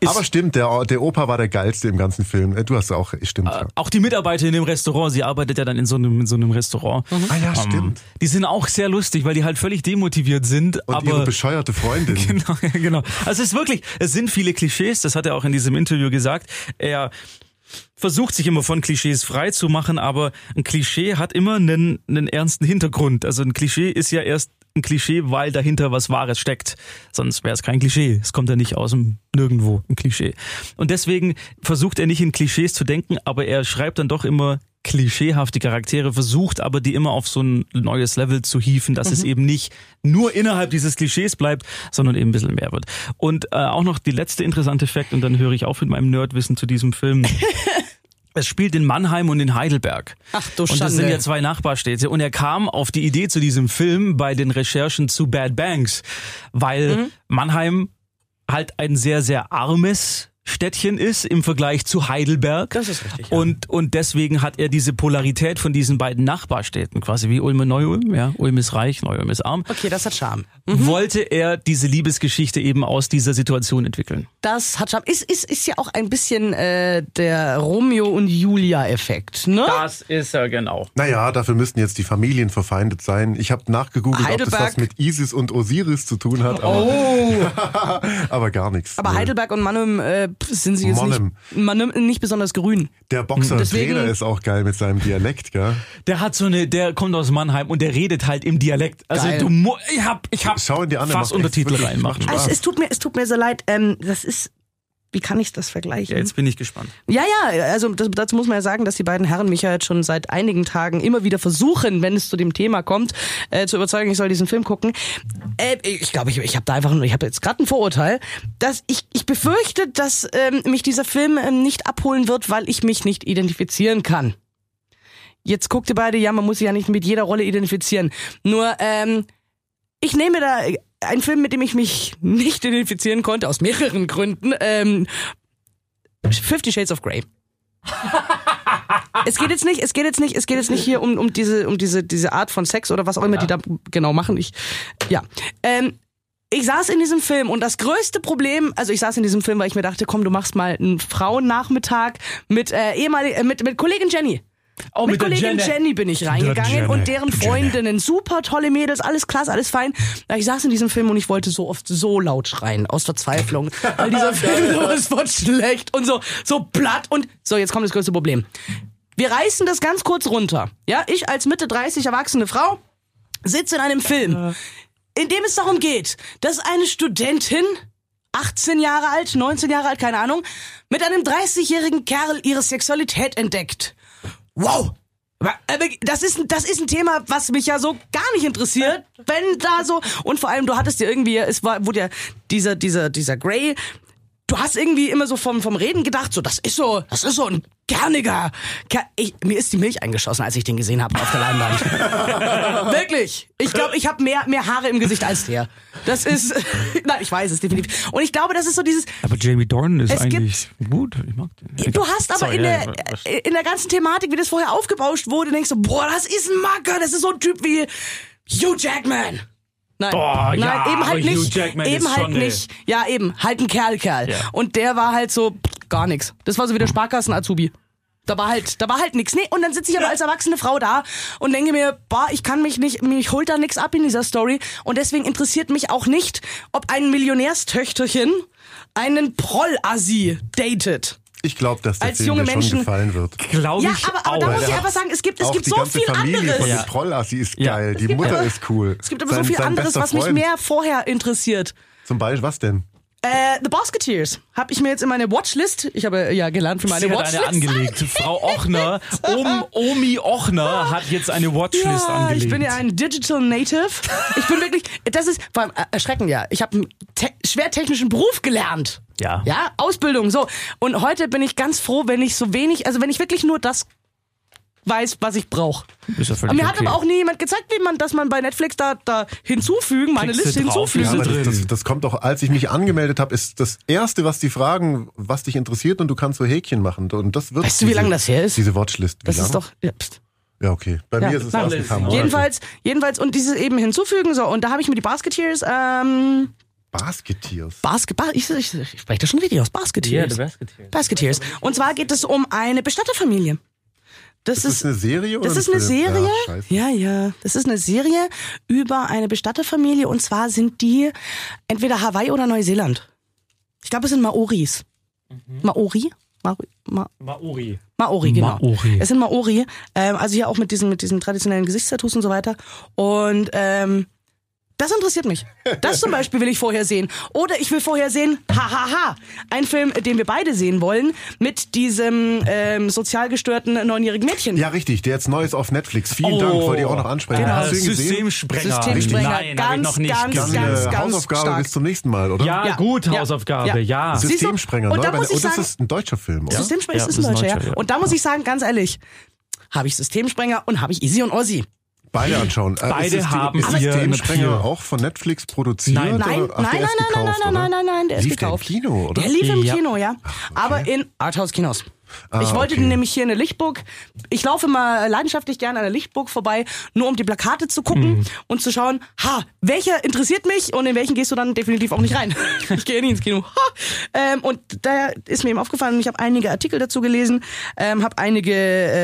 D: Ist,
F: Aber stimmt, der, der Opa war der geilste im ganzen Film. Äh, Du hast auch, stimmt.
E: Ah,
F: ja.
D: auch die Mitarbeiter in dem Restaurant, sie arbeitet ja dann in so einem, in so einem Restaurant.
F: Ah ja,
D: Ähm,
F: stimmt.
D: Die sind auch sehr lustig, weil die halt völlig demotiviert sind.
F: Und ihre
D: aber
E: *laughs*
F: bescheuerte Freundin.
D: *laughs* Genau, ja, genau. Also es ist wirklich, es sind viele Klischees, das hat er auch in diesem Interview gesagt. Er versucht sich immer von Klischees frei zu machen, aber ein Klischee hat immer einen, einen ernsten Hintergrund. Also ein Klischee ist ja erst ein Klischee, weil dahinter was Wahres steckt. Sonst wäre es kein Klischee. Es kommt ja nicht aus dem Nirgendwo, ein Klischee. Und deswegen versucht er nicht in Klischees zu denken, aber er schreibt dann doch immer klischeehafte Charaktere, versucht aber die immer auf so ein neues Level zu hieven, dass es eben nicht nur innerhalb dieses Klischees bleibt, sondern eben ein bisschen mehr wird. Und äh, auch noch die letzte interessante Fact, und dann höre ich auf mit meinem Nerdwissen zu diesem Film. Es spielt in Mannheim und in Heidelberg.
E: Ach du
D: Und das sind
E: Schande.
D: ja zwei Nachbarstädte. Und er kam auf die Idee zu diesem Film bei den Recherchen zu Bad Banks, weil
E: Mhm.
D: Mannheim halt ein sehr, sehr armes Städtchen ist im Vergleich zu Heidelberg.
E: Das ist richtig, ja.
D: Und, und deswegen hat er diese Polarität von diesen beiden Nachbarstädten, quasi wie Ulm und Neu-Ulm. Ja, Ulm ist reich, Neu-Ulm ist arm.
E: Okay, das hat Charme.
D: Wollte er diese Liebesgeschichte eben aus dieser Situation entwickeln.
E: Das hat Charme. Ist, ist, ist ja auch ein bisschen äh, der Romeo und Julia-Effekt, ne?
D: Das ist er genau.
F: Naja, dafür müssten jetzt die Familien verfeindet sein. Ich habe nachgegoogelt, ob das
E: Heidelberg. Oh.
F: was mit Isis und Osiris zu tun hat. Aber, *laughs* aber gar nichts.
E: aber
F: Nö.
E: Heidelberg und Mannheim äh, pf, sind sie jetzt
F: Mannheim.
E: nicht, Mannheim, nicht besonders grün.
F: Der Boxer
E: Deswegen-
F: Trainer ist auch geil mit seinem Dialekt, gell?
D: Der hat so eine, der kommt aus Mannheim und der redet halt im Dialekt. Also
E: Geil.
D: du mu ich hab, ich hab
F: Schau ihn dir an, der
D: fast
F: macht echt
D: Untertitel
F: wirklich-
D: reinmachen.
F: macht
E: Also es, es, tut mir, es tut mir so leid, ähm, das ist Wie kann ich das vergleichen?
D: Ja, jetzt bin ich gespannt.
E: Ja, ja, also das, dazu muss man ja sagen, dass die beiden Herren mich ja jetzt schon seit einigen Tagen immer wieder versuchen, wenn es zu dem Thema kommt, äh, zu überzeugen, ich soll diesen Film gucken. Äh, ich glaube, ich, ich habe da einfach nur, ich habe jetzt gerade ein Vorurteil, dass ich, ich befürchte, dass ähm, mich dieser Film ähm, nicht abholen wird, weil ich mich nicht identifizieren kann. Jetzt guckt ihr beide, ja, man muss sich ja nicht mit jeder Rolle identifizieren. Nur, ähm, ich nehme da einen Film, mit dem ich mich nicht identifizieren konnte, aus mehreren Gründen. Ähm, Fifty Shades of Grey. es geht jetzt nicht, es geht jetzt nicht, es geht jetzt nicht hier um, um diese, um diese, diese Art von Sex oder was auch immer die da genau machen. Ich, ja. Ähm, ich saß in diesem Film und das größte Problem, also ich saß in diesem Film, weil ich mir dachte, komm, du machst mal einen Frauennachmittag mit äh, ehemalig, äh, mit, mit Kollegin Jenny.
D: Oh,
E: mit, Kollegin Jenny. bin ich reingegangen
F: Jenny.
E: und deren Freundinnen, super tolle Mädels, alles klasse, alles fein. Aber Ich saß in diesem Film und ich wollte so oft so laut schreien, aus Verzweiflung, weil dieser Film sowas von schlecht und so, so platt und so, jetzt kommt das größte Problem. Wir reißen das ganz kurz runter. Ja, ich als Mitte 30 erwachsene Frau sitze in einem Film, in dem es darum geht, dass eine Studentin 18 Jahre alt, 19 Jahre alt, keine Ahnung, mit einem 30-jährigen Kerl ihre Sexualität entdeckt. Wow! Aber äh, Das ist, das ist ein Thema, was mich ja so gar nicht interessiert, wenn da so, und vor allem du hattest ja irgendwie, es war, wurde ja dieser, dieser, dieser Grey, du hast irgendwie immer so vom, vom Reden gedacht, so, das ist so, das ist so ein kerniger, Ker ich, mir ist die Milch eingeschossen, als ich den gesehen habe auf der Leinwand. Wirklich. Ich glaube, ich habe mehr, mehr Haare im Gesicht als der. Das ist, *laughs* nein, ich weiß es definitiv. Und ich glaube, das ist so dieses,
G: Aber Jamie Dornan ist
E: Es gibt-
G: eigentlich gut. Ich mag den.
E: Du hast aber
G: Sorry,
E: in, der,
G: ja, was-
E: äh, in der ganzen Thematik, wie das vorher aufgebauscht wurde, denkst du, boah, das ist ein Macker, das ist so ein Typ wie Hugh Jackman. Nein,
D: Boah,
E: nein,
D: ja,
E: eben halt
D: aber
E: nicht.
D: Hugh Jackman
E: eben
D: ist
E: halt
D: schon, ey.
E: nicht. Ja, eben, halt ein Kerlkerl.
D: Ja.
E: Und der war halt so pff, gar nix. Das war so wie der Sparkassen-Azubi. Da war halt, da war halt nix. Nee, und dann sitze ich aber als erwachsene Frau da und denke mir, boah, ich kann mich nicht, mich holt da nix ab in dieser Story. Und deswegen interessiert mich auch nicht, ob ein Millionärstöchterchen einen Proll-Asi datet
F: Ich glaube, dass der
E: Als
F: Film
E: junge
F: dir schon
E: Menschen-
F: gefallen wird.
D: Glaube
E: ja,
D: ich
E: aber, aber
D: Um auch.
E: da muss ich
F: Ja.
E: einfach sagen, es gibt, es
F: Auch
E: gibt
F: die
E: so
F: ganze
E: viel
F: Familie
E: anderes.
F: von dem
D: Ja.
F: Trollassi ist
D: Ja.
F: geil. Die Mutter
E: aber-
F: ist cool.
E: Es gibt aber so viel anderes, was mich mehr vorher interessiert.
F: Zum Beispiel, was denn?
E: Äh, The Basketeers habe ich mir jetzt in meine Watchlist, ich habe ja gelernt für meine
D: Sie hat
E: Watchlist.
D: eine angelegt.
E: *laughs*
D: Frau Ochner, Om, Omi Ochner hat jetzt eine Watchlist
E: ja,
D: angelegt.
E: ich bin ja ein Digital Native. Ich bin wirklich, das ist vor allem äh, erschreckend, ja. Ich habe einen te schwer technischen Beruf gelernt.
D: Ja.
E: Ja, Ausbildung, so. Und heute bin ich ganz froh, wenn ich so wenig, also wenn ich wirklich nur das weiß, was ich brauche.
G: Ist ja
E: Aber
G: völlig
E: Mir hat
G: okay.
E: aber auch nie jemand gezeigt, wie man, dass man bei Netflix da, da hinzufügen, meine
D: Klickst
E: Liste
D: du drauf,
E: hinzufügen.
D: ja.
F: aber das,
D: drin.
F: das, das kommt doch, als ich mich angemeldet habe, ist das Erste, was die fragen, was dich interessiert und du kannst so Häkchen machen. Und das wird
E: Weißt du, wie lang das her ist?
F: Diese Watchlist. Wie
E: Das
F: lang?
E: ist doch. Ja, pst.
F: genau. Ja, okay. Bei mir ist es
E: nein.
F: erst ein paar Monate.
E: Jedenfalls, jedenfalls, und dieses eben hinzufügen, so, und da habe ich mir die Basketeers, ähm,
F: Basketeers.
E: Basketball, ich, ich, ich spreche das schon richtig aus, Basketeers. Basketeers. Und zwar geht es um eine Bestatterfamilie. Das,
F: Ist das eine Serie oder
E: Das
F: ein
E: ist eine
F: Film? Ja,
E: Serie.
F: scheiße.
E: Ja, ja. Das ist eine Serie über eine Bestatterfamilie und zwar sind die entweder Hawaii oder Neuseeland. Ich glaube, es sind Maoris. Maori? Maori? Ma
D: Maori.
E: Maori, genau.
G: Maori.
E: Es sind Maori. Ähm, also hier auch mit diesen, mit diesen traditionellen Gesichtstattoos und so weiter. Und ähm, das interessiert mich. Das zum Beispiel will ich vorher sehen. Oder ich will vorher sehen, hahaha, ein Film, den wir beide sehen wollen, mit diesem ähm, sozial gestörten neunjährigen Mädchen.
F: Ja, richtig. Der jetzt neu ist auf Netflix. Vielen Dank, wollte ich auch noch ansprechen.
D: Oh. Genau.
F: Hast du ihn gesehen?
D: Systemsprenger.
E: Systemsprenger.
D: Nein,
E: Ganz,
D: habe ich noch nicht
E: ganz,
F: Dann
D: gesehen.
E: ganz,
F: äh,
E: ganz
F: Hausaufgabe
E: stark.
F: bis zum nächsten Mal, oder?
G: Ja,
E: Ja.
G: gut,
E: Ja.
G: Hausaufgabe, ja.
E: Sie- Siehst du?
F: Systemsprenger.
E: Und
F: neu
E: da
F: bei-
E: muss ich
F: und das
E: sagen-
F: ist ein deutscher Film, oder?
E: Systemsprenger
G: Ja,
E: ist, ein Deutscher, ja. Und da muss ich sagen, ganz ehrlich, habe ich Systemsprenger und habe ich Izzy und Ozzy.
F: Beide anschauen. Äh,
D: Beide
F: ist es die-
D: haben
F: ist
D: hier
F: Systemsprenger
D: eine Prio.
F: auch von Netflix produziert?
D: Nein.
F: oder?
E: Nein,
F: Ach,
E: nein,
F: der
E: nein,
F: ist
E: nein, nein,
F: gekauft,
E: nein,
F: oder?
E: nein, nein, nein, der ist
F: Lief der im
E: gekauft.
F: Kino, oder?
E: Der lief im
D: Ja.
E: Kino, ja. Aber in Arthouse-Kinos. ich wollte
F: Ah, okay.
E: den nämlich hier in der Lichtburg. Ich laufe immer leidenschaftlich gerne an der Lichtburg vorbei, nur um die Plakate zu gucken und zu schauen, ha, welcher interessiert mich und in welchen gehst du dann definitiv auch nicht rein. ich gehe nie ins Kino. Ha. Ähm, und da ist mir eben aufgefallen, und ich habe einige Artikel dazu gelesen, ähm, habe einige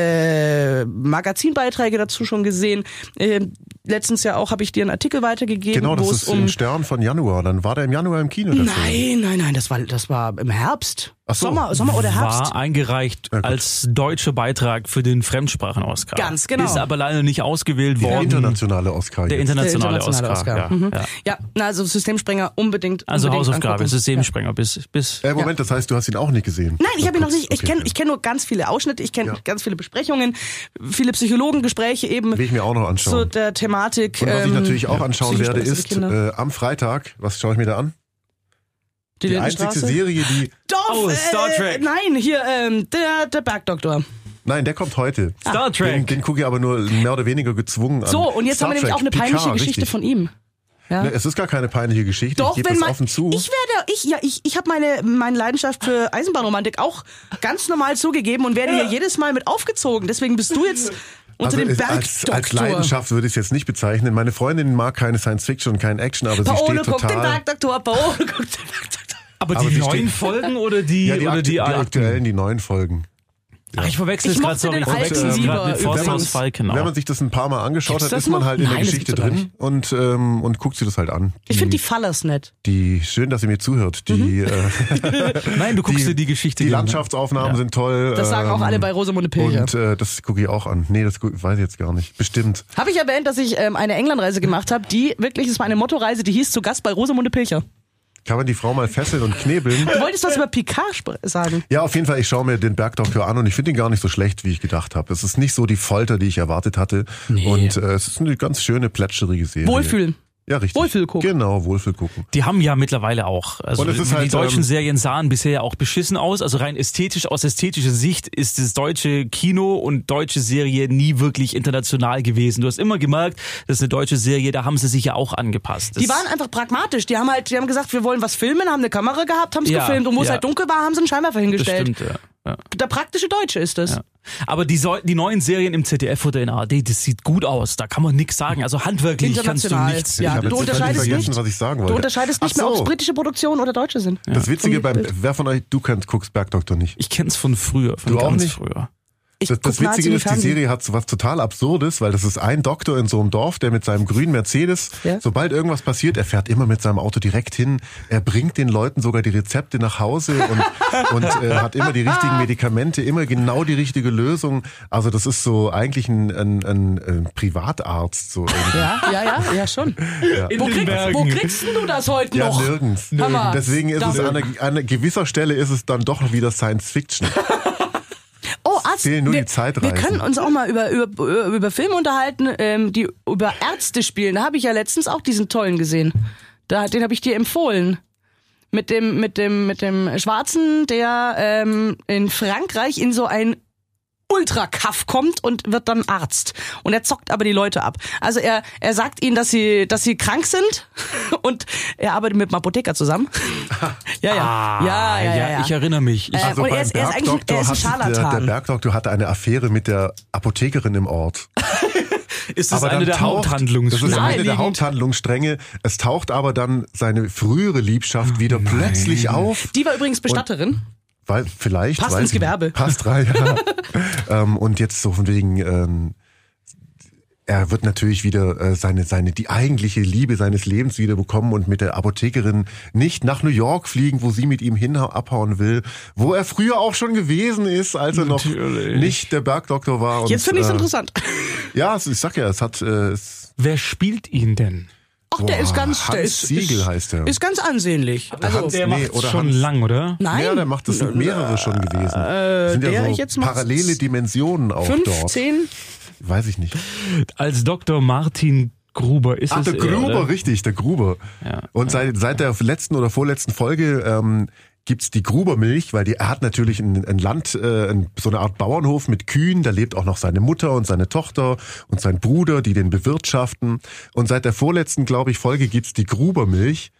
E: äh, Magazinbeiträge dazu schon gesehen. Ähm, letztens ja auch habe ich dir einen Artikel weitergegeben,
F: Genau,
E: wo
F: das
E: es
F: ist
E: um
F: im Stern von Januar. Dann war der im Januar im Kino. Der Film.
E: Nein, nein, nein, das war, das war im Herbst.
F: Ach so.
E: Sommer, Sommer oder Herbst.
D: War eingereicht als deutscher Beitrag für den Fremdsprachen-Oscar.
E: Ganz genau.
D: Ist aber leider nicht ausgewählt
F: Der
D: worden.
F: internationale Oscar.
D: der
F: jetzt.
D: internationale,
E: Der internationale
D: Oscar.
E: Oscar. Mhm.
D: Ja, ja.
E: Ja, na, also Systemsprenger unbedingt.
D: Also
E: unbedingt
D: Hausaufgabe,
E: angucken.
D: Systemsprenger bis, bis
F: äh, Moment, das heißt, du hast ihn auch nicht gesehen.
E: Nein, ich habe ihn noch nicht. Ich
F: Oh Okay.
E: kenne ich kenn nur ganz viele Ausschnitte, ich kenne
F: Ja.
E: ganz viele Besprechungen, viele Psychologengespräche eben
F: Will ich mir auch noch anschauen.
E: zu der Thematik.
F: Und was ich
E: ähm,
F: natürlich auch anschauen
E: psychisch
F: werde,
E: belastete
F: ist
E: Kinder.
F: äh, am Freitag, was schaue ich mir da an?
E: die,
F: Die einzige
E: Lindenstraße.
F: Serie, die.
E: Dorf,
D: Oh, Star
E: äh,
D: Trek.
E: Nein, hier ähm, der, der
F: Ähm,
E: Bergdoktor.
F: Nein, der kommt heute.
D: Ah. Star
F: Den,
D: Trek.
F: den gucke ich aber nur mehr oder weniger gezwungen an.
E: So, und jetzt
F: Star
E: haben wir nämlich
F: Trek,
E: auch eine peinliche
F: Picard,
E: Geschichte
F: richtig.
E: von ihm. Ja.
F: Ne, es ist gar keine peinliche Geschichte.
E: Doch,
F: ich gebe
E: wenn
F: das
E: man.
F: offen zu.
E: Ich werde, ich, ja, ich, ich habe meine, meine Leidenschaft für Eisenbahnromantik auch ganz normal zugegeben und werde hier jedes Mal mit aufgezogen. Deswegen bist du jetzt unter
F: also
E: dem
F: es- als,
E: Bergdoktor.
F: als Leidenschaft würde ich es jetzt nicht bezeichnen. Meine Freundin mag keine Science Fiction und kein Action, aber sie
E: Paolo
F: steht
E: guckt den
F: total.
E: Bergdoktor, Paolo guckt den Bergdoktor.
D: Aber
F: Aber
D: die
F: die
D: neuen
F: stehen-
D: Folgen oder die,
F: Ja, die,
D: oder
F: aktu die
D: die alten?
F: aktuellen, die neuen Folgen.
D: Ach, ich verwechsel es
E: Ich
D: gerade,
E: mochte
D: sorry.
E: den
D: Ich verwechsel es
E: alten
D: gerade mit
E: Sieber
D: Forst
E: übrigens.
D: aus Falkenau.
F: Wenn man sich das ein paar Mal angeschaut
E: Gibt's
F: hat,
E: das
F: ist man
E: noch?
F: halt in der
E: Nein, das
F: Geschichte
E: gibt's doch
F: drin und, ähm, und guckt sie das halt an.
E: Ich finde die
F: die,
E: Fallers nett.
F: die, schön, dass ihr mir zuhört.
E: Mhm.
D: *laughs*
F: Die, äh,
D: Nein, du guckst dir die Geschichte
F: Die
D: genau.
F: Landschaftsaufnahmen sind toll.
E: Das sagen auch
F: ähm,
E: alle bei Rosamunde Pilcher.
F: Und äh, das gucke ich auch an. Nee, das guck, weiß ich jetzt gar nicht. Bestimmt.
E: Habe ich erwähnt, dass ich ähm, eine Englandreise gemacht habe, die wirklich, es war eine Mottoreise, die hieß zu Gast bei Rosamunde Pilcher.
F: Kann man die Frau mal fesseln und
E: *laughs*
F: knebeln?
E: Du wolltest was über Picard sp- sagen.
F: Ja, auf jeden Fall, ich schaue mir den Bergdoktor an und ich finde ihn gar nicht so schlecht, wie ich gedacht habe. Es ist nicht so die Folter, die ich erwartet hatte. Und äh, es ist eine ganz schöne, plätscherige Serie.
E: Wohlfühlen.
F: Ja, richtig.
E: Wohlfühl gucken.
F: Genau, Wohlfühl gucken.
D: Die haben ja mittlerweile auch. Also
F: Und es ist
D: die
F: halt,
D: deutschen
F: ähm,
D: Serien sahen bisher ja auch beschissen aus. Also rein ästhetisch, aus ästhetischer Sicht ist das deutsche Kino und deutsche Serie nie wirklich international gewesen. Du hast immer gemerkt, das ist eine deutsche Serie, da haben sie sich ja auch angepasst. Das
E: Die waren einfach pragmatisch. Die haben halt, die haben gesagt, wir wollen was filmen, haben eine Kamera gehabt, haben es
D: Ja,
E: gefilmt und wo es
D: ja.
E: halt dunkel war, haben sie einen Scheinwerfer
D: das
E: hingestellt.
D: stimmt, ja. ja.
E: Der praktische Deutsche ist das.
D: Ja. Aber die, soll- die neuen Serien im ZDF oder in ARD, das sieht gut aus. Da kann man nichts sagen. Also handwerklich kannst du
E: International.
D: nichts.
E: Ja,
F: ich
E: du
F: habe jetzt völlig
E: unterscheidest
F: vergessen,
E: nicht.
F: was ich sagen wollte.
E: Du unterscheidest nicht
F: Ach
E: mehr,
F: so.
E: ob es britische Produktionen oder deutsche sind.
F: Das Witzige
E: Vom
F: beim,
E: Bild.
F: wer von euch, du kennst, guckst Bergdoktor nicht.
D: Ich kenn's von früher, von
F: Du auch
D: ganz
F: nicht?
D: früher.
E: Ich
F: Das, das
E: guck nahezu
F: Witzige
E: nie
F: ist, die
E: Fernsehen.
F: Serie hat so was total Absurdes, weil das ist ein Doktor in so einem Dorf, der mit seinem grünen Mercedes,
E: Ja.
F: sobald irgendwas passiert, er fährt immer mit seinem Auto direkt hin, er bringt den Leuten sogar die Rezepte nach Hause
E: *laughs*
F: und, und äh, hat immer die richtigen Medikamente, immer genau die richtige Lösung. Also das ist so eigentlich ein, ein, ein, ein Privatarzt. So irgendwie.
E: Ja, ja, ja, ja, schon.
D: In
E: Wo, krieg, wo kriegst denn du das heute
F: Ja,
E: noch?
F: nirgends.
E: Hammer.
F: Deswegen ist es
E: Danke.
F: an einer, an einer gewisser Stelle ist es dann doch wieder Science Fiction.
E: Äh, Oh, Arzt,
F: fehlen nur
E: wir,
F: die Zeitreisen.
E: Wir können uns auch mal über, über, über Filme unterhalten, ähm, die über Ärzte spielen. Da habe ich ja letztens auch diesen tollen gesehen. Da, den habe ich dir empfohlen. Mit dem, mit dem, mit dem Schwarzen, der ähm, in Frankreich in so ein Ultrakaff kommt und wird dann Arzt. Und er zockt aber die Leute ab. Also er, er sagt ihnen, dass sie, dass sie krank sind *laughs* und er arbeitet mit einem Apotheker
F: *laughs*
E: zusammen. ja, ja. ja, ja, ja, ja.
D: Ah, Ich erinnere mich. Ich,
E: Äh,
F: Also
E: und er
F: beim
E: ist, er ist eigentlich ein, er ist ein
F: Bergdoktor hat der, der
E: Scharlatan.
F: Bergdoktor hatte eine Affäre mit der Apothekerin im Ort.
D: ist das
F: dann
D: eine der
F: taucht- Das ist
D: Haupthandlungsstränge?
F: eine der
E: Naheliegend.
F: Haupthandlungsstränge. Es taucht aber dann seine frühere Liebschaft wieder plötzlich auf.
E: Die war übrigens Bestatterin.
F: Weil vielleicht
E: Passt
F: weiß
E: ins
F: ich nicht.
E: Gewerbe.
F: Passt rein.
E: *laughs*
F: Ja. ähm, und jetzt so von wegen. Ähm, er wird natürlich wieder äh, seine seine die eigentliche Liebe seines Lebens wieder bekommen und mit der Apothekerin nicht nach New York fliegen, wo sie mit ihm hin abhauen will, wo er früher auch schon gewesen ist, als er noch
D: Natürlich.
F: nicht der Bergdoktor war. Und,
E: Jetzt finde ich es
F: äh,
E: interessant.
F: Ja, es- ich sag ja, es hat äh, es
D: Wer spielt ihn denn?
E: Ach, der
F: Boah,
E: ist ganz, der
F: Hans
E: ist,
F: Siegel
E: ist,
F: heißt der.
E: ist ganz ansehnlich. Also,
F: Hans- Der macht's oder
D: schon
F: Hans-
D: lang, oder?
E: nein,
F: Ja, der macht das sind mehrere schon gewesen. Äh, sind
E: der
F: ja so
E: jetzt macht's
F: parallele Dimensionen auch
E: fünf,
F: dort.
E: zehn.
F: Weiß ich nicht.
D: Als Dr. Martin Gruber ist
F: Ach,
D: es.
F: der
D: er,
F: Gruber,
D: oder?
F: richtig, der Gruber. Und seit, seit der letzten oder vorletzten Folge ähm, gibt's die Grubermilch, weil die, er hat natürlich ein, ein Land, äh, ein, so eine Art Bauernhof mit Kühen, da lebt auch noch seine Mutter und seine Tochter und sein Bruder, die den bewirtschaften. Und seit der vorletzten, glaube ich, Folge gibt's die Grubermilch.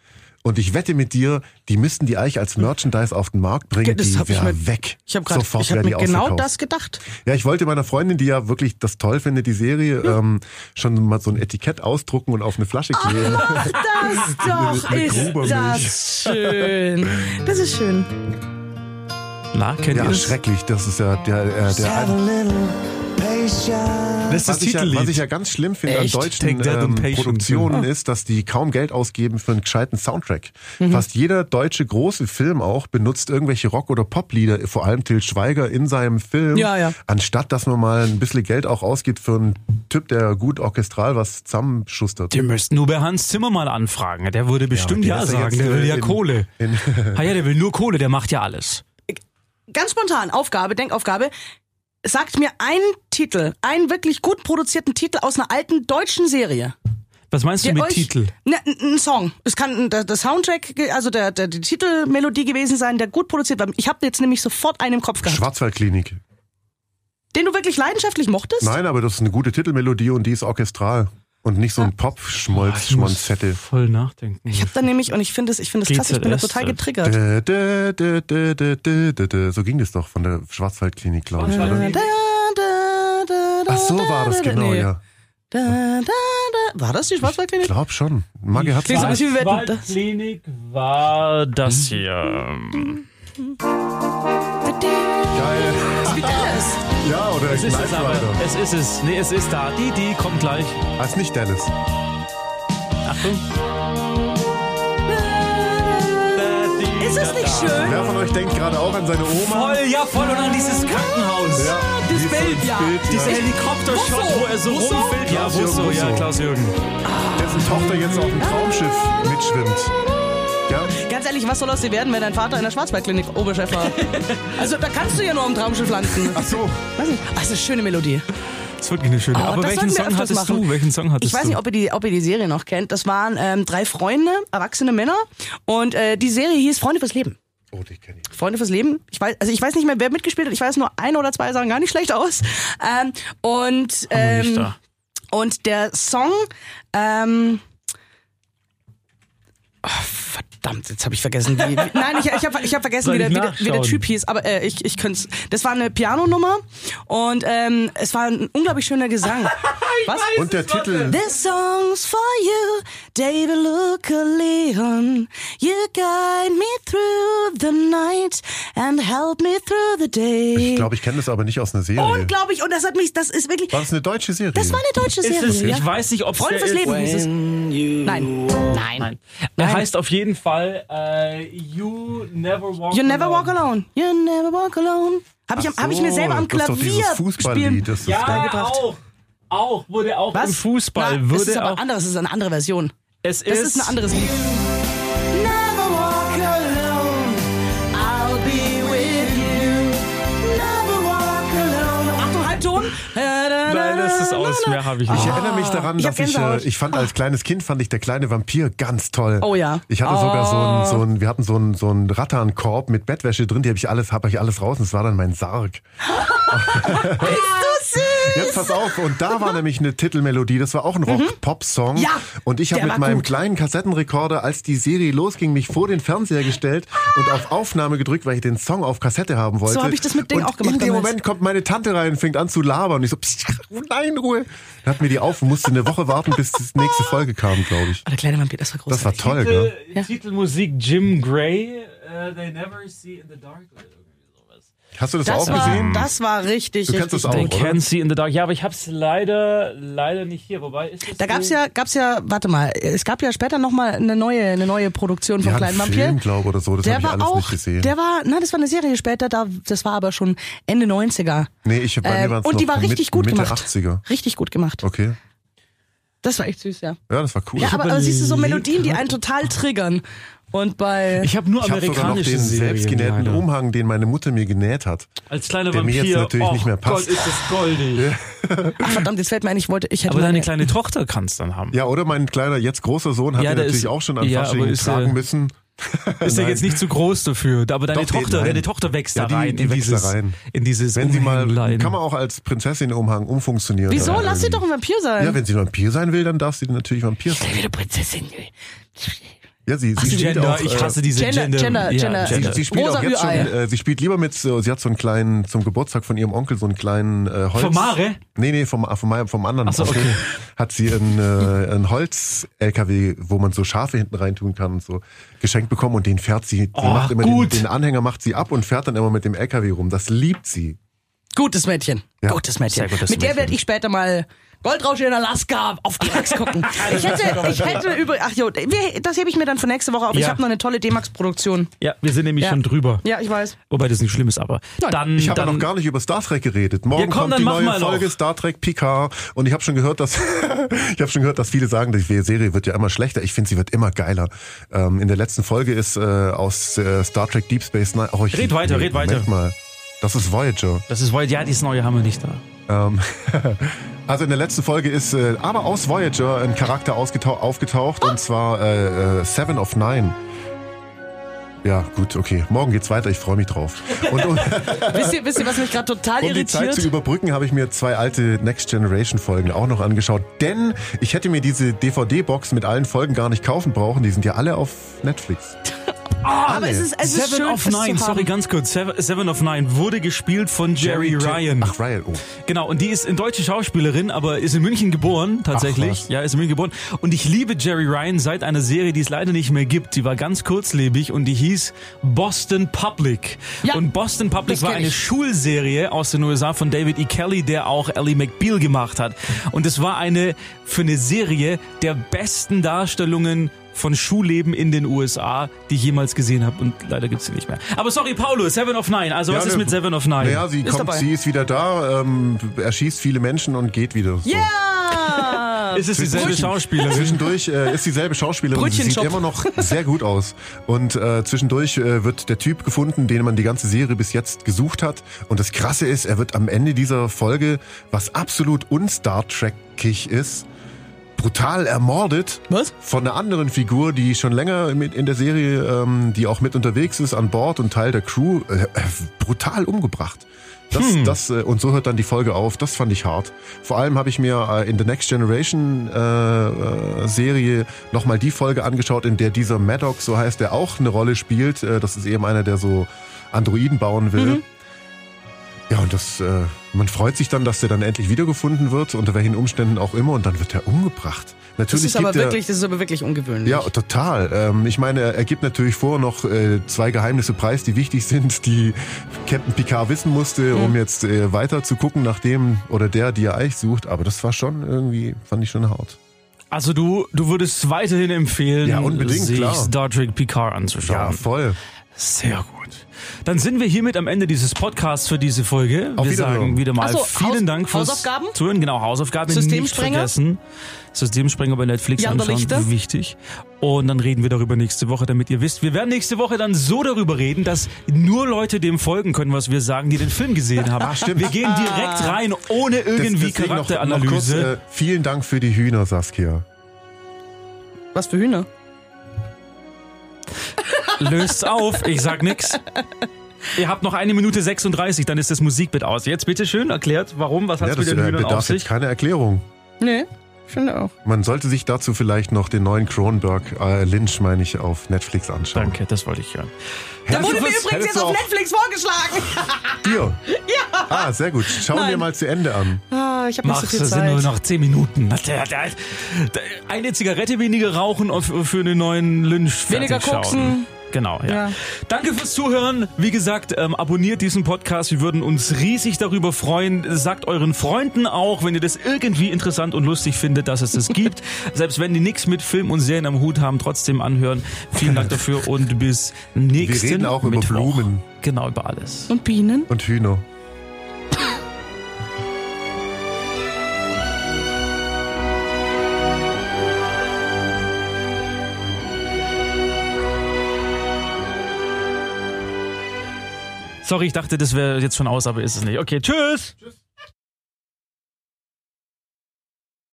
F: Und ich wette mit dir, die müssten die eigentlich als Merchandise auf den Markt bringen.
E: Das hab
F: die
E: ich
F: wär
E: mir-
F: weg.
E: Ich habe gerade,
F: Sofort
E: ich habe
F: wär
E: mir
F: die
E: genau
F: ausverkauft.
E: das
F: *laughs*
E: gedacht.
F: Ja, ich wollte meiner Freundin, die ja wirklich das toll findet, die Serie,
D: Hm.
F: ähm, schon mal so ein Etikett ausdrucken und auf eine Flasche
D: Ah.
F: kleben.
E: Ach, das doch
F: mit
E: ist
F: Grubermilch.
E: das schön. Das ist schön.
D: Na, kennt
F: ja,
D: ihr das?
F: schrecklich. Das ist ja der, äh, der ein,
D: Das ist das
F: Was ich, ja,
D: Titellied.
F: was ich ja ganz schlimm finde an
D: Echt?
F: deutschen
D: Take that
F: ähm,
D: and Hm. patience.
F: Produktionen ist, dass die kaum Geld ausgeben für einen gescheiten Soundtrack.
D: Mhm.
F: Fast jeder deutsche große Film auch benutzt irgendwelche Rock- oder Poplieder, vor allem Till Schweiger in seinem Film,
E: Ja, ja.
F: anstatt dass man mal ein bisschen Geld auch ausgibt für einen Typ, der gut orchestral was zusammenschustert.
D: Die müssten nur bei Hans Zimmer mal anfragen. Der würde bestimmt
F: der
D: ja,
F: ist ja
D: sagen.
F: jetzt,
D: Der will
F: äh,
D: ja
F: in-
D: Kohle.
F: in- *laughs*
D: ah ja, der will nur Kohle, der macht ja alles.
E: Ganz spontan, Aufgabe, Denkaufgabe. Sagt mir einen Titel, einen wirklich gut produzierten Titel aus einer alten deutschen Serie.
D: Was meinst du
E: der
D: mit
E: euch-
D: Titel?
E: Ne, n- ein Song. Es kann n- der, der Soundtrack, ge- also der, der, die Titelmelodie gewesen sein, der gut produziert war. Ich habe jetzt nämlich sofort einen im Kopf gehabt.
F: Schwarzwaldklinik.
E: Den du wirklich leidenschaftlich mochtest?
F: Nein, aber das ist eine gute Titelmelodie und die ist orchestral und nicht so ein Pop-Schmolz, Schmonzettel.
D: voll nachdenken.
E: Ich habe da nämlich, und ich finde es ich finde es krass, ich bin da
D: GZS,
E: total
D: äh,
E: getriggert.
F: Dä, dä, dä, dä, dä, dä, dä, dä. So ging das doch von der Schwarzwaldklinik, glaube ich, oder?
E: Da, da, da, da,
F: Ach so war das
E: da, da,
F: genau,
E: nee.
F: ja.
E: Da, da, da. War das die Schwarzwaldklinik?
F: Glaub schon. Maggie hat's
E: Klingt so ein bisschen wie Wetten, das.
D: Waldklinik war das hier.
F: Geil.
E: Wie Dallas.
F: Ja, oder
D: Es ist
F: Knight
D: es aber.
F: Rider.
D: Es ist es. Nee, es ist da. Die, die kommt gleich.
F: Ah, ist nicht Dennis.
D: Achtung.
E: Ist das nicht schön?
F: Wer von euch denkt gerade auch an seine Oma?
D: Voll, ja, voll. Und an dieses Krankenhaus.
F: Ja,
E: das
F: die ist so
E: Bild,
F: ins
E: ja.
D: Dieser
F: ja.
D: Helikoptershot,
E: Busso.
D: wo er so
E: Busso?
D: rumfällt. Ja,
F: Klaus-Jürgen
D: Busso, ja,
F: Busso.
D: Klaus-Jürgen.
F: Dessen Tochter jetzt auf dem Traumschiff mitschwimmt. Ja,
E: Ganz ehrlich, was soll aus dir werden, wenn dein Vater in der Schwarzwaldklinik Oberchef
F: *laughs*
E: war? also da kannst du ja nur am Traumschiff landen.
F: ach so.
E: Weiß nicht. Ach, das ist eine schöne Melodie.
D: Das ist wirklich eine schöne.
E: Oh,
D: aber
E: das
D: welchen
E: sollten wir
D: Song
E: öfters
D: hattest
E: machen.
D: du? Welchen Song hattest
E: Ich weiß
D: du?
E: nicht, ob ihr die, ob ihr die Serie noch kennt. Das waren ähm, drei Freunde, erwachsene Männer. Und äh, die Serie hieß Freunde fürs Leben.
F: Oh, die kenn ich.
E: Freunde fürs Leben. Ich weiß, also ich weiß nicht mehr, wer mitgespielt hat. Ich weiß nur, ein oder zwei sahen gar nicht schlecht aus. Ähm, und
D: Haben wir
E: ähm,
D: nicht da.
E: und der Song. Ähm, oh, verdammt, jetzt habe ich vergessen. Wie, wie, nein, ich, ich habe ich hab vergessen,
D: Soll
E: wie der,
D: ich
E: wie, der, wie der
D: nachschauen?
E: Typ hieß. Aber äh, ich, ich könnte Das war eine Pianonummer und ähm, es war ein unglaublich schöner
D: *laughs*
E: Gesang. Was?
F: Und der Titel.
E: This song's for you, David Luca Leon. You guide me through the night and help me through the day.
F: Ich glaube, ich kenne das aber nicht aus einer Serie.
E: Unglaublich, und das hat mich, das ist wirklich,
F: War das eine deutsche Serie?
E: das war eine deutsche
D: Ist
E: Serie.
D: es,
E: ja?
D: ich weiß nicht, ob es
E: Freunde
D: der
E: fürs
D: ist.
E: Leben hieß es. Nein. Nein.
D: Er heißt auf jeden Fall äh, You Never Walk
E: You never walk
D: Alone.
E: alone. You never walk alone. Habe ich, am-
F: Ach
E: hab ich mir
F: so,
E: selber am
F: das ist doch dieses
E: Klavier
F: Fußballlied,
E: spielen.
F: das ist
D: Ja,
E: beigebracht.
D: auch. Auch, wurde auch
E: Was?
D: im Fußball.
E: Na,
D: würde
E: es ist aber
D: auch,
E: anderes, es ist eine andere Version.
D: es
E: Das ist, ein anderes Lied. Never walk alone, I'll be with you. Never walk alone. Achtung, Halbton.
D: Nein, das ist aus. Mehr habe ich
F: Ich
E: Ah.
D: nicht.
F: erinnere mich daran,
E: ich hab
F: dass ich, äh,
E: Gänsehaut.
F: ich fand als kleines Kind fand ich der kleine Vampir ganz toll.
E: Oh ja. Oh.
F: Ich hatte sogar so einen, so einen, wir hatten so einen, so einen Rattankorb mit Bettwäsche drin, die habe ich alles, habe ich alles raus und es war dann mein Sarg.
E: Bist du süß?
F: Jetzt pass auf, und da war nämlich eine Titelmelodie, das war auch ein Rock-Pop-Song.
E: Mhm. Ja,
F: und ich habe
E: der
F: mit
E: war
F: meinem
E: gut.
F: kleinen Kassettenrekorder, als die Serie losging, mich vor den Fernseher gestellt und auf Aufnahme gedrückt, weil ich den Song auf Kassette haben wollte.
E: hab ich das mit Ding
F: und
E: auch gemacht
F: In dem
E: damals.
F: Moment kommt meine Tante rein und fängt an zu labern und ich so, psst, nein, Ruhe. Dann hat mir die auf und musste eine Woche warten, bis die nächste Folge kam, glaube ich.
E: Oh, der kleine Vampir, das war großartig.
F: Das war toll, gell?
D: Titelmusik Jim Gray, äh, They Never See in the Dark.
F: Hast du das,
E: Das
F: auch
E: war,
F: gesehen?
E: das war richtig,
F: Du kennst
E: richtig
F: das auch,
D: They
F: oder?
D: Can See in the Dark. Ja, aber ich habe es leider, leider nicht hier. Wobei ist es
E: Da gab's ja, gab's ja, warte mal, es gab ja später nochmal eine neue, eine neue Produktion
F: Die
E: vom
F: hat
E: Kleinen
F: einen
E: Vampir.
F: Film, glaube oder so, das
E: der
F: habe ich
E: war
F: alles
E: auch,
F: nicht gesehen.
E: der war, na, das war eine Serie später, da, das war aber schon Ende 90er.
F: nee, ich, bei mir
E: Ähm,
F: waren es
E: und die
F: noch
E: war richtig
F: mit,
E: gut
F: Mitte
E: gemacht.
F: 80er.
E: Richtig gut gemacht.
F: Okay.
E: Das war echt süß, ja.
F: Ja, das war cool.
E: Ja, aber, aber siehst du, so
D: überlegt
E: Melodien, die einen total triggern. Und bei.
D: Ich habe nur
F: ich habe sogar noch
D: amerikanische
F: den
D: Serien.
F: selbstgenähten
D: leider.
F: Umhang, den meine Mutter mir genäht hat.
D: Als kleiner
F: der mir
D: Vampir.
F: jetzt natürlich
D: Och
F: nicht mehr passt.
D: Gott, ist das goldig.
E: ach, verdammt, jetzt fällt mir ein, ich wollte, ich hätte.
D: Aber
E: mal-
D: deine kleine Tochter kannst dann haben.
F: Ja, oder mein kleiner, jetzt großer Sohn hat
D: Ja,
F: den
D: der
F: natürlich
D: ist-
F: auch schon an
D: ja,
F: Fasching
D: aber ist,
F: tragen
D: äh,
F: müssen.
D: *laughs* Ist ja
F: Nein.
D: jetzt nicht zu groß dafür. Aber deine
F: Doch, nee,
D: Tochter,
F: nein.
D: deine Tochter wächst
F: Ja, die-
D: da rein
F: die
D: in
F: wächst da
D: dieses,
F: rein.
D: in dieses
F: Wenn sie mal,
D: Umhänglein.
F: kann man auch als Prinzessin Umhang umfunktionieren.
E: Wieso?
F: Äh,
E: Lass sie doch ein Vampir sein.
F: Ja, wenn sie Vampir sein will, dann darf sie natürlich Vampir sein.
E: Wie eine Prinzessin. ey.
F: Ja, sie, sie spielt
D: Gender,
F: auch,
D: ich
F: äh,
D: hasse diese
E: Gender-
D: Gender.
E: Gender-
D: ja,
E: Gender-
F: Sie, sie spielt
E: Rosa
F: auch jetzt schon,
E: Ü-Ei.
F: äh, sie spielt lieber mit, so, sie hat so einen kleinen, zum Geburtstag von ihrem Onkel so einen kleinen äh, Holz.
D: Von Mare?
F: Nee, nee, vom, vom, vom anderen
D: Ach so,
F: Onkel
D: okay.
F: hat sie einen, äh, einen Holz-LKW, wo man so Schafe hinten reintun kann und so, geschenkt bekommen und den fährt sie, sie
D: Oh,
F: macht immer den,
D: gut.
F: den Anhänger macht sie ab und fährt dann immer mit dem LKW rum. Das liebt sie.
E: Gutes Mädchen.
F: Ja.
E: Gutes Mädchen.
D: Sehr gutes
E: Mit der
D: Mädchen.
E: werde ich später mal Goldrausch in Alaska auf D-Max *laughs* gucken. ich hätte, ich hätte über, ach jo, wir- das hebe ich mir dann für nächste Woche auf. Ich
D: Ja.
E: habe noch eine tolle D-Max-Produktion.
D: Ja, wir sind nämlich
E: Ja.
D: schon drüber.
E: Ja, ich weiß.
D: Wobei das nicht schlimm ist, aber dann.
F: Ich habe ja
D: dann
F: noch gar nicht über Star Trek geredet. Morgen
D: Ja, komm,
F: kommt
D: dann
F: die
D: mach
F: neue
D: mal
F: Folge
D: doch.
F: Star Trek Picard und ich habe schon gehört, dass *laughs* ich habe schon gehört, dass viele sagen, die Serie wird ja immer schlechter. Ich finde, sie wird immer geiler. Ähm, in der letzten Folge ist äh, aus äh, Star Trek Deep Space Nine. Oh, ich,
D: Red weiter, red
F: Moment
D: weiter.
F: Mal. Das
D: *laughs*
F: ist Voyager.
D: das ist Void, ja, dieses neue haben wir nicht da.
F: Ähm, also in der letzten Folge ist äh, aber aus Voyager ein Charakter ausgetau- aufgetaucht und zwar äh, äh, Seven of Nine. Ja, gut, okay. Morgen geht's weiter, ich freue mich drauf. Und, und,
E: Wisst ihr, wisst ihr was mich gerade total
F: Um die Zeit
E: irritiert?
F: zu überbrücken, habe ich mir zwei alte Next Generation Folgen auch noch angeschaut. Denn ich hätte mir diese DVD-Box mit allen Folgen gar nicht kaufen brauchen. Die sind ja alle auf Netflix.
E: Aber es ist, es ist
D: Seven
E: schön,
D: of
E: es zu
D: Nine,
E: haben.
D: sorry, ganz kurz. Seven, Seven of Nine wurde gespielt von Jerry,
F: Tim-
D: Ryan.
F: Ach, Ryan, oh.
D: Genau, und die ist eine deutsche Schauspielerin, aber ist in München geboren,
F: Ach,
D: tatsächlich.
F: was.
D: ja, ist in München geboren. Und ich liebe Jerry Ryan seit einer Serie, die es leider nicht mehr gibt. Die war ganz kurzlebig und die hieß Boston Public.
E: Ja,
D: und Boston Public
E: das
D: war
E: kenn
D: eine
E: ich.
D: Schulserie aus den USA von David E. Kelly, der auch Ellie McBeal gemacht hat. Und es war eine, für eine Serie der besten Darstellungen von Schulleben in den USA, die ich jemals gesehen habe. Und leider gibt's sie nicht mehr. Aber sorry, Paulo, Seven of Nine. Also
F: Ja,
D: was ist
F: ne-
D: mit Seven of Nine?
F: Naja, sie
E: Ist
F: kommt,
E: dabei.
F: sie ist wieder da, ähm, erschießt viele Menschen und geht wieder.
E: *laughs*
F: So.
E: Ja!
D: ist es dieselbe
F: Zwischen-
D: Schauspielerin?
F: Zwischendurch äh, ist dieselbe Schauspielerin, sie sieht
E: Brötchenshop.
F: immer noch sehr gut aus. Und äh, zwischendurch äh, wird der Typ gefunden, den man die ganze Serie bis jetzt gesucht hat. Und das Krasse ist, er wird am Ende dieser Folge, was absolut un-Star Trek-kig ist, brutal ermordet
E: Was?
F: von einer anderen Figur, die schon länger mit in der Serie, ähm, die auch mit unterwegs ist an Bord und Teil der Crew, äh, äh, brutal umgebracht. Das,
E: Hm.
F: das, äh, und so hört dann die Folge auf. Das fand ich hart. Vor allem habe ich mir äh, in der Next Generation äh, äh, Serie nochmal die Folge angeschaut, in der dieser Maddox, so heißt der, auch eine Rolle spielt. Äh, das ist eben einer, der so Androiden bauen
E: Mhm.
F: will. Ja, und das, äh, man freut sich dann, dass der dann endlich wiedergefunden wird, unter welchen Umständen auch immer, und dann wird er umgebracht.
E: Das
F: Natürlich
E: ist aber
F: gibt er,
E: wirklich, das ist aber wirklich ungewöhnlich.
F: ja, total. Ähm, ich meine, er gibt natürlich vor noch äh, zwei Geheimnisse preis, die wichtig sind, die Captain Picard wissen musste,
D: Hm.
F: um jetzt äh, weiter zu gucken nach dem oder der, die er eigentlich sucht. Aber das war schon irgendwie, fand ich schon hart.
D: Also du, du würdest weiterhin empfehlen,
F: Ja, unbedingt,
D: sich
F: klar.
D: Star Trek Picard
F: Ja,
D: anzuschauen.
F: voll.
D: Sehr gut. Dann sind wir hiermit am Ende dieses Podcasts für diese Folge.
F: Auf
D: wir
F: Wiederhören.
D: sagen wieder mal
E: Ach so,
D: vielen
E: Haus-
D: Dank fürs
E: Hausaufgaben?
D: Zuhören. Genau, Hausaufgaben nicht
E: Systemsprenger?
D: vergessen. Systemsprenger bei Netflix
E: Jan der
D: anschauen,
E: Lichter?
D: wichtig. Und dann reden wir darüber nächste Woche, damit ihr wisst, wir werden nächste Woche dann so darüber reden, dass nur Leute dem folgen können, was wir sagen, die den Film gesehen haben.
F: Ach, stimmt.
D: Wir gehen direkt rein, ohne irgendwie
F: Des- deswegen noch-
D: Charakteranalyse.
F: Noch kurz, äh, vielen Dank für die Hühner, Saskia.
E: Was für Hühner?
D: Löst's auf, ich sag nix. Ihr habt noch eine Minute 36, dann ist das Musikbit aus. Jetzt bitte schön erklärt, warum, was hat's
F: Ja, das
D: mit den
F: äh,
D: Hühnern auf
F: bedarf
D: sich?
F: jetzt keiner Erklärung.
E: Nee, ich finde auch.
F: Man sollte sich dazu vielleicht noch den neuen Cronenberg, äh, Lynch meine ich, auf Netflix anschauen.
D: Danke, das wollte ich hören.
E: Da
D: Also
E: wurde mir
F: Hättest du
E: übrigens jetzt auf
F: auch
E: Netflix vorgeschlagen.
F: Dir?
D: *laughs*
F: Ja. Ah, sehr gut. Schau dir mal zu Ende an.
E: Ah, ich habe nicht so
D: Mach's,
E: viel
D: das sind nur
E: Zeit.
D: noch 10 Minuten. *laughs* Eine Zigarette weniger rauchen und für für den neuen Lynch
E: Weniger
D: fertig schauen.
E: koksen.
D: Genau, ja.
E: Ja.
D: Danke fürs Zuhören. Wie gesagt, ähm, abonniert diesen Podcast. Wir würden uns riesig darüber freuen. Sagt euren Freunden auch, wenn ihr das irgendwie interessant und lustig findet, dass
E: *laughs*
D: es das gibt. Selbst wenn die nichts mit Film und Serien am Hut haben, trotzdem anhören. Vielen Dank dafür und bis nächsten
F: Wir reden auch über
D: Mittwoch.
F: Blumen.
D: Genau, über alles.
E: Und Bienen?
F: Und Hühner.
D: Sorry, ich dachte, das wäre jetzt schon aus, aber ist es nicht. Okay, tschüss.